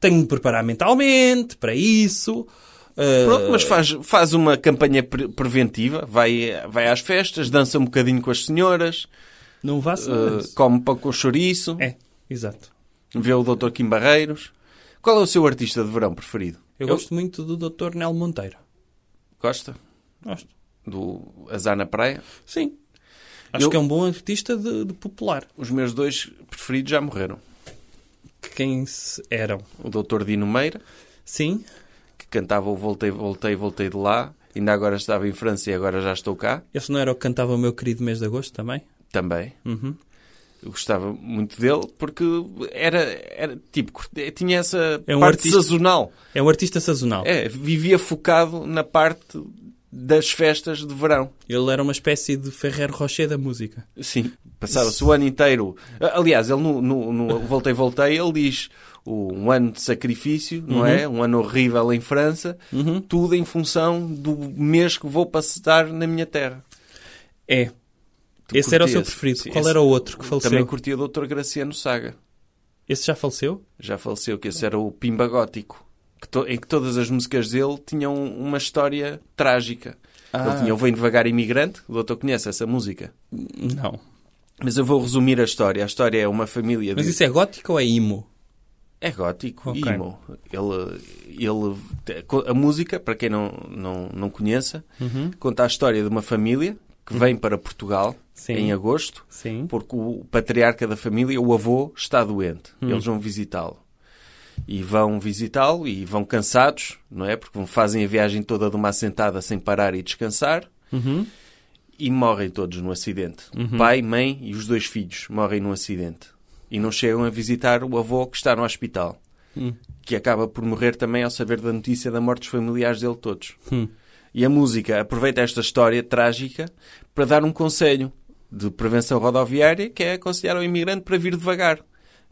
[SPEAKER 3] tenho de me preparar mentalmente para isso. Ah,
[SPEAKER 2] Pronto, mas faz, faz uma campanha pre- preventiva. Vai, vai às festas, dança um bocadinho com as senhoras,
[SPEAKER 3] Não vá só.
[SPEAKER 2] eh, come pão com chouriço,
[SPEAKER 3] É, exato.
[SPEAKER 2] vê o doutor Kim Barreiros. Qual é o seu artista de verão preferido?
[SPEAKER 3] Eu, gosto muito do Dr. Nel Monteiro.
[SPEAKER 2] Gosta?
[SPEAKER 3] Gosto.
[SPEAKER 2] Do Azar na Praia?
[SPEAKER 3] Sim. Acho
[SPEAKER 2] Eu-
[SPEAKER 3] que é um bom artista de, de popular.
[SPEAKER 2] Os meus dois preferidos já morreram.
[SPEAKER 3] Que Quem se eram?
[SPEAKER 2] O doutor Dino Meira
[SPEAKER 3] Sim.
[SPEAKER 2] que cantava o Voltei, Voltei, Voltei de lá. Ainda agora estava em França e agora já estou cá.
[SPEAKER 3] Esse não era o que cantava o meu querido mês de agosto também?
[SPEAKER 2] Também.
[SPEAKER 3] Uhum.
[SPEAKER 2] Eu gostava muito dele porque era, era tipo, curte- tinha essa
[SPEAKER 3] É um
[SPEAKER 2] parte
[SPEAKER 3] artista.
[SPEAKER 2] sazonal.
[SPEAKER 3] É um artista sazonal.
[SPEAKER 2] É, vivia focado na parte das festas de verão.
[SPEAKER 3] Ele era uma espécie de Ferrer Rocher da música.
[SPEAKER 2] Sim. Passava-se o ano inteiro. A- Aliás, ele no, no- no Voltei, Voltei, ele diz o- um ano de sacrifício,
[SPEAKER 3] Uhum.
[SPEAKER 2] não é? Um ano horrível em França. Tudo em função do mês que vou passar na minha terra.
[SPEAKER 3] É.
[SPEAKER 2] Tu
[SPEAKER 3] Esse era o seu
[SPEAKER 2] curtias?
[SPEAKER 3] preferido.
[SPEAKER 2] Sim,
[SPEAKER 3] Qual
[SPEAKER 2] esse-
[SPEAKER 3] era o outro que faleceu?
[SPEAKER 2] Também curtia o Dr. Graciano Saga.
[SPEAKER 3] Esse já faleceu?
[SPEAKER 2] já faleceu, que esse era o Pimba Gótico, que to- em que todas as músicas dele tinham uma história trágica.
[SPEAKER 3] Ah.
[SPEAKER 2] Ele tinha o Vem Devagar Imigrante, o doutor conhece essa música.
[SPEAKER 3] Não.
[SPEAKER 2] Mas eu vou resumir a história. A história é uma família
[SPEAKER 3] Mas
[SPEAKER 2] de...
[SPEAKER 3] isso é gótico ou é imo?
[SPEAKER 2] É gótico,
[SPEAKER 3] Ok.
[SPEAKER 2] emo. Ele, ele, a música, para quem não, não, não conheça,
[SPEAKER 3] Uhum.
[SPEAKER 2] conta a história de uma família que vem para Portugal
[SPEAKER 3] Sim.
[SPEAKER 2] É em agosto
[SPEAKER 3] Sim.
[SPEAKER 2] porque o patriarca da família, o avô, está doente. Eles vão visitá-lo. E vão visitá-lo e vão cansados, não é? Porque vão- fazem a viagem toda de uma assentada sem parar e descansar. e morrem todos no acidente. Pai, mãe e os dois filhos morrem num acidente. E não chegam a visitar o avô que está no hospital, que acaba por morrer também ao saber da notícia da morte dos familiares dele todos. E a música aproveita esta história trágica para dar um conselho de prevenção rodoviária, que é aconselhar ao imigrante para vir devagar.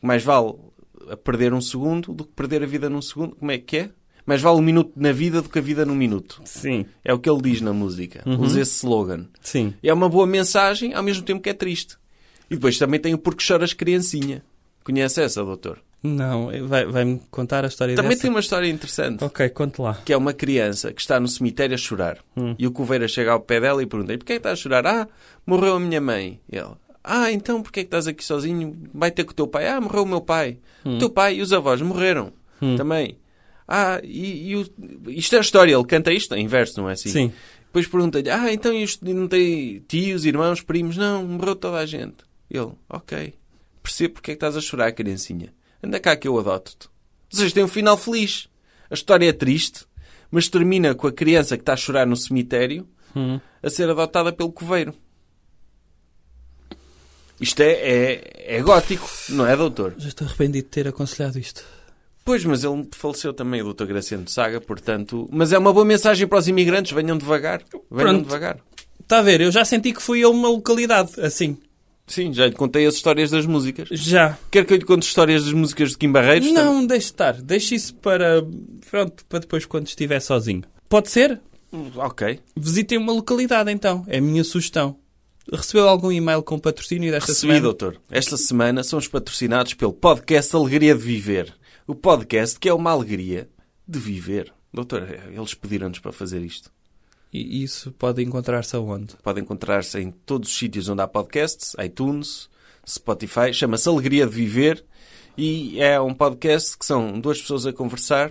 [SPEAKER 2] Mais vale a perder um segundo do que perder a vida num segundo. Como é que é? Mais vale um minuto na vida do que a vida num minuto.
[SPEAKER 3] Sim.
[SPEAKER 2] É o que ele diz na música. Usa esse slogan.
[SPEAKER 3] Sim.
[SPEAKER 2] É uma boa mensagem, ao mesmo tempo que é triste. E depois também tem o Porque Choras Criancinha. Conhece essa, doutor?
[SPEAKER 3] Não, eh, vai- vai-me contar a história
[SPEAKER 2] Também
[SPEAKER 3] dessa?
[SPEAKER 2] tem uma história interessante.
[SPEAKER 3] Ok, conte lá.
[SPEAKER 2] Que é uma criança que está no cemitério a chorar. E o coveiro chega ao pé dela e pergunta: E porquê é que estás a chorar? Ah, morreu a minha mãe. E ela: Ah, então porquê é que estás aqui sozinho? Vai ter com o teu pai? Ah, morreu o meu pai. O teu pai e os avós morreram também. Ah, e, e o- isto é a história. Ele canta isto em verso, não é assim?
[SPEAKER 3] Sim.
[SPEAKER 2] Depois pergunta-lhe: Ah, então isto não tem tios, irmãos, primos? Não, morreu toda a gente. Ele: Ok, percebo porque é que estás a chorar, criancinha. Anda cá que eu adoto-te. Vocês têm um final feliz. A história é triste, mas termina com a criança que está a chorar no cemitério
[SPEAKER 3] Hum.
[SPEAKER 2] a ser adotada pelo coveiro. Isto é, é, é gótico, não é, doutor?
[SPEAKER 3] Já estou arrependido de ter aconselhado isto.
[SPEAKER 2] Pois, mas ele faleceu também, o doutor Graciano de Saga, portanto... Mas é uma boa mensagem para os imigrantes, venham devagar. Venham
[SPEAKER 3] Pronto.
[SPEAKER 2] devagar.
[SPEAKER 3] Está a ver, eu já senti que fui a uma localidade, assim.
[SPEAKER 2] Sim, já lhe contei as histórias das músicas.
[SPEAKER 3] Já.
[SPEAKER 2] Quer que eu lhe conte histórias das músicas de Kim Barreiros? Também?
[SPEAKER 3] Não, deixe estar. Deixe isso para. Pronto, para depois quando estiver sozinho. Pode ser?
[SPEAKER 2] Hum, Ok.
[SPEAKER 3] Visitem uma localidade então. É a minha sugestão. Recebeu algum e-mail com patrocínio desta
[SPEAKER 2] Recebi,
[SPEAKER 3] semana?
[SPEAKER 2] doutor. Esta semana somos patrocinados pelo podcast Alegria de Viver. O podcast que é uma alegria de viver. Doutor, eles pediram-nos para fazer isto.
[SPEAKER 3] E isso pode encontrar-se aonde?
[SPEAKER 2] Pode encontrar-se em todos os sítios onde há podcasts, iTunes, Spotify. Chama-se Alegria de Viver e é um podcast que são duas pessoas a conversar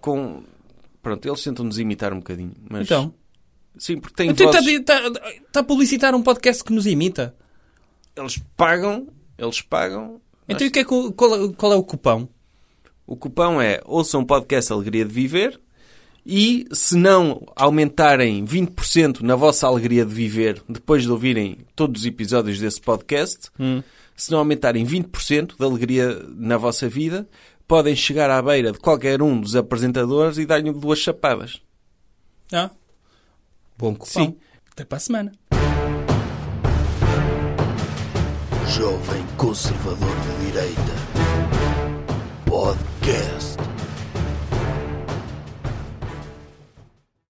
[SPEAKER 2] com... Pronto, eles tentam-nos imitar um bocadinho, mas...
[SPEAKER 3] Então,
[SPEAKER 2] Sim, porque têm
[SPEAKER 3] está
[SPEAKER 2] vozes...
[SPEAKER 3] a publicitar um podcast que nos imita.
[SPEAKER 2] Eles pagam, eles pagam...
[SPEAKER 3] Então, e o que é que o- qual, é- qual é o cupão?
[SPEAKER 2] O cupão é ouçam o podcast Alegria de Viver e se não aumentarem 20% na vossa alegria de viver depois de ouvirem todos os episódios desse podcast, se não aumentarem 20% da alegria na vossa vida, podem chegar à beira de qualquer um dos apresentadores e dar-lhe duas chapadas.
[SPEAKER 3] Ah, bom cupom.
[SPEAKER 2] Sim.
[SPEAKER 3] Até para a semana.
[SPEAKER 1] Jovem Conservador de Direita. Podcast.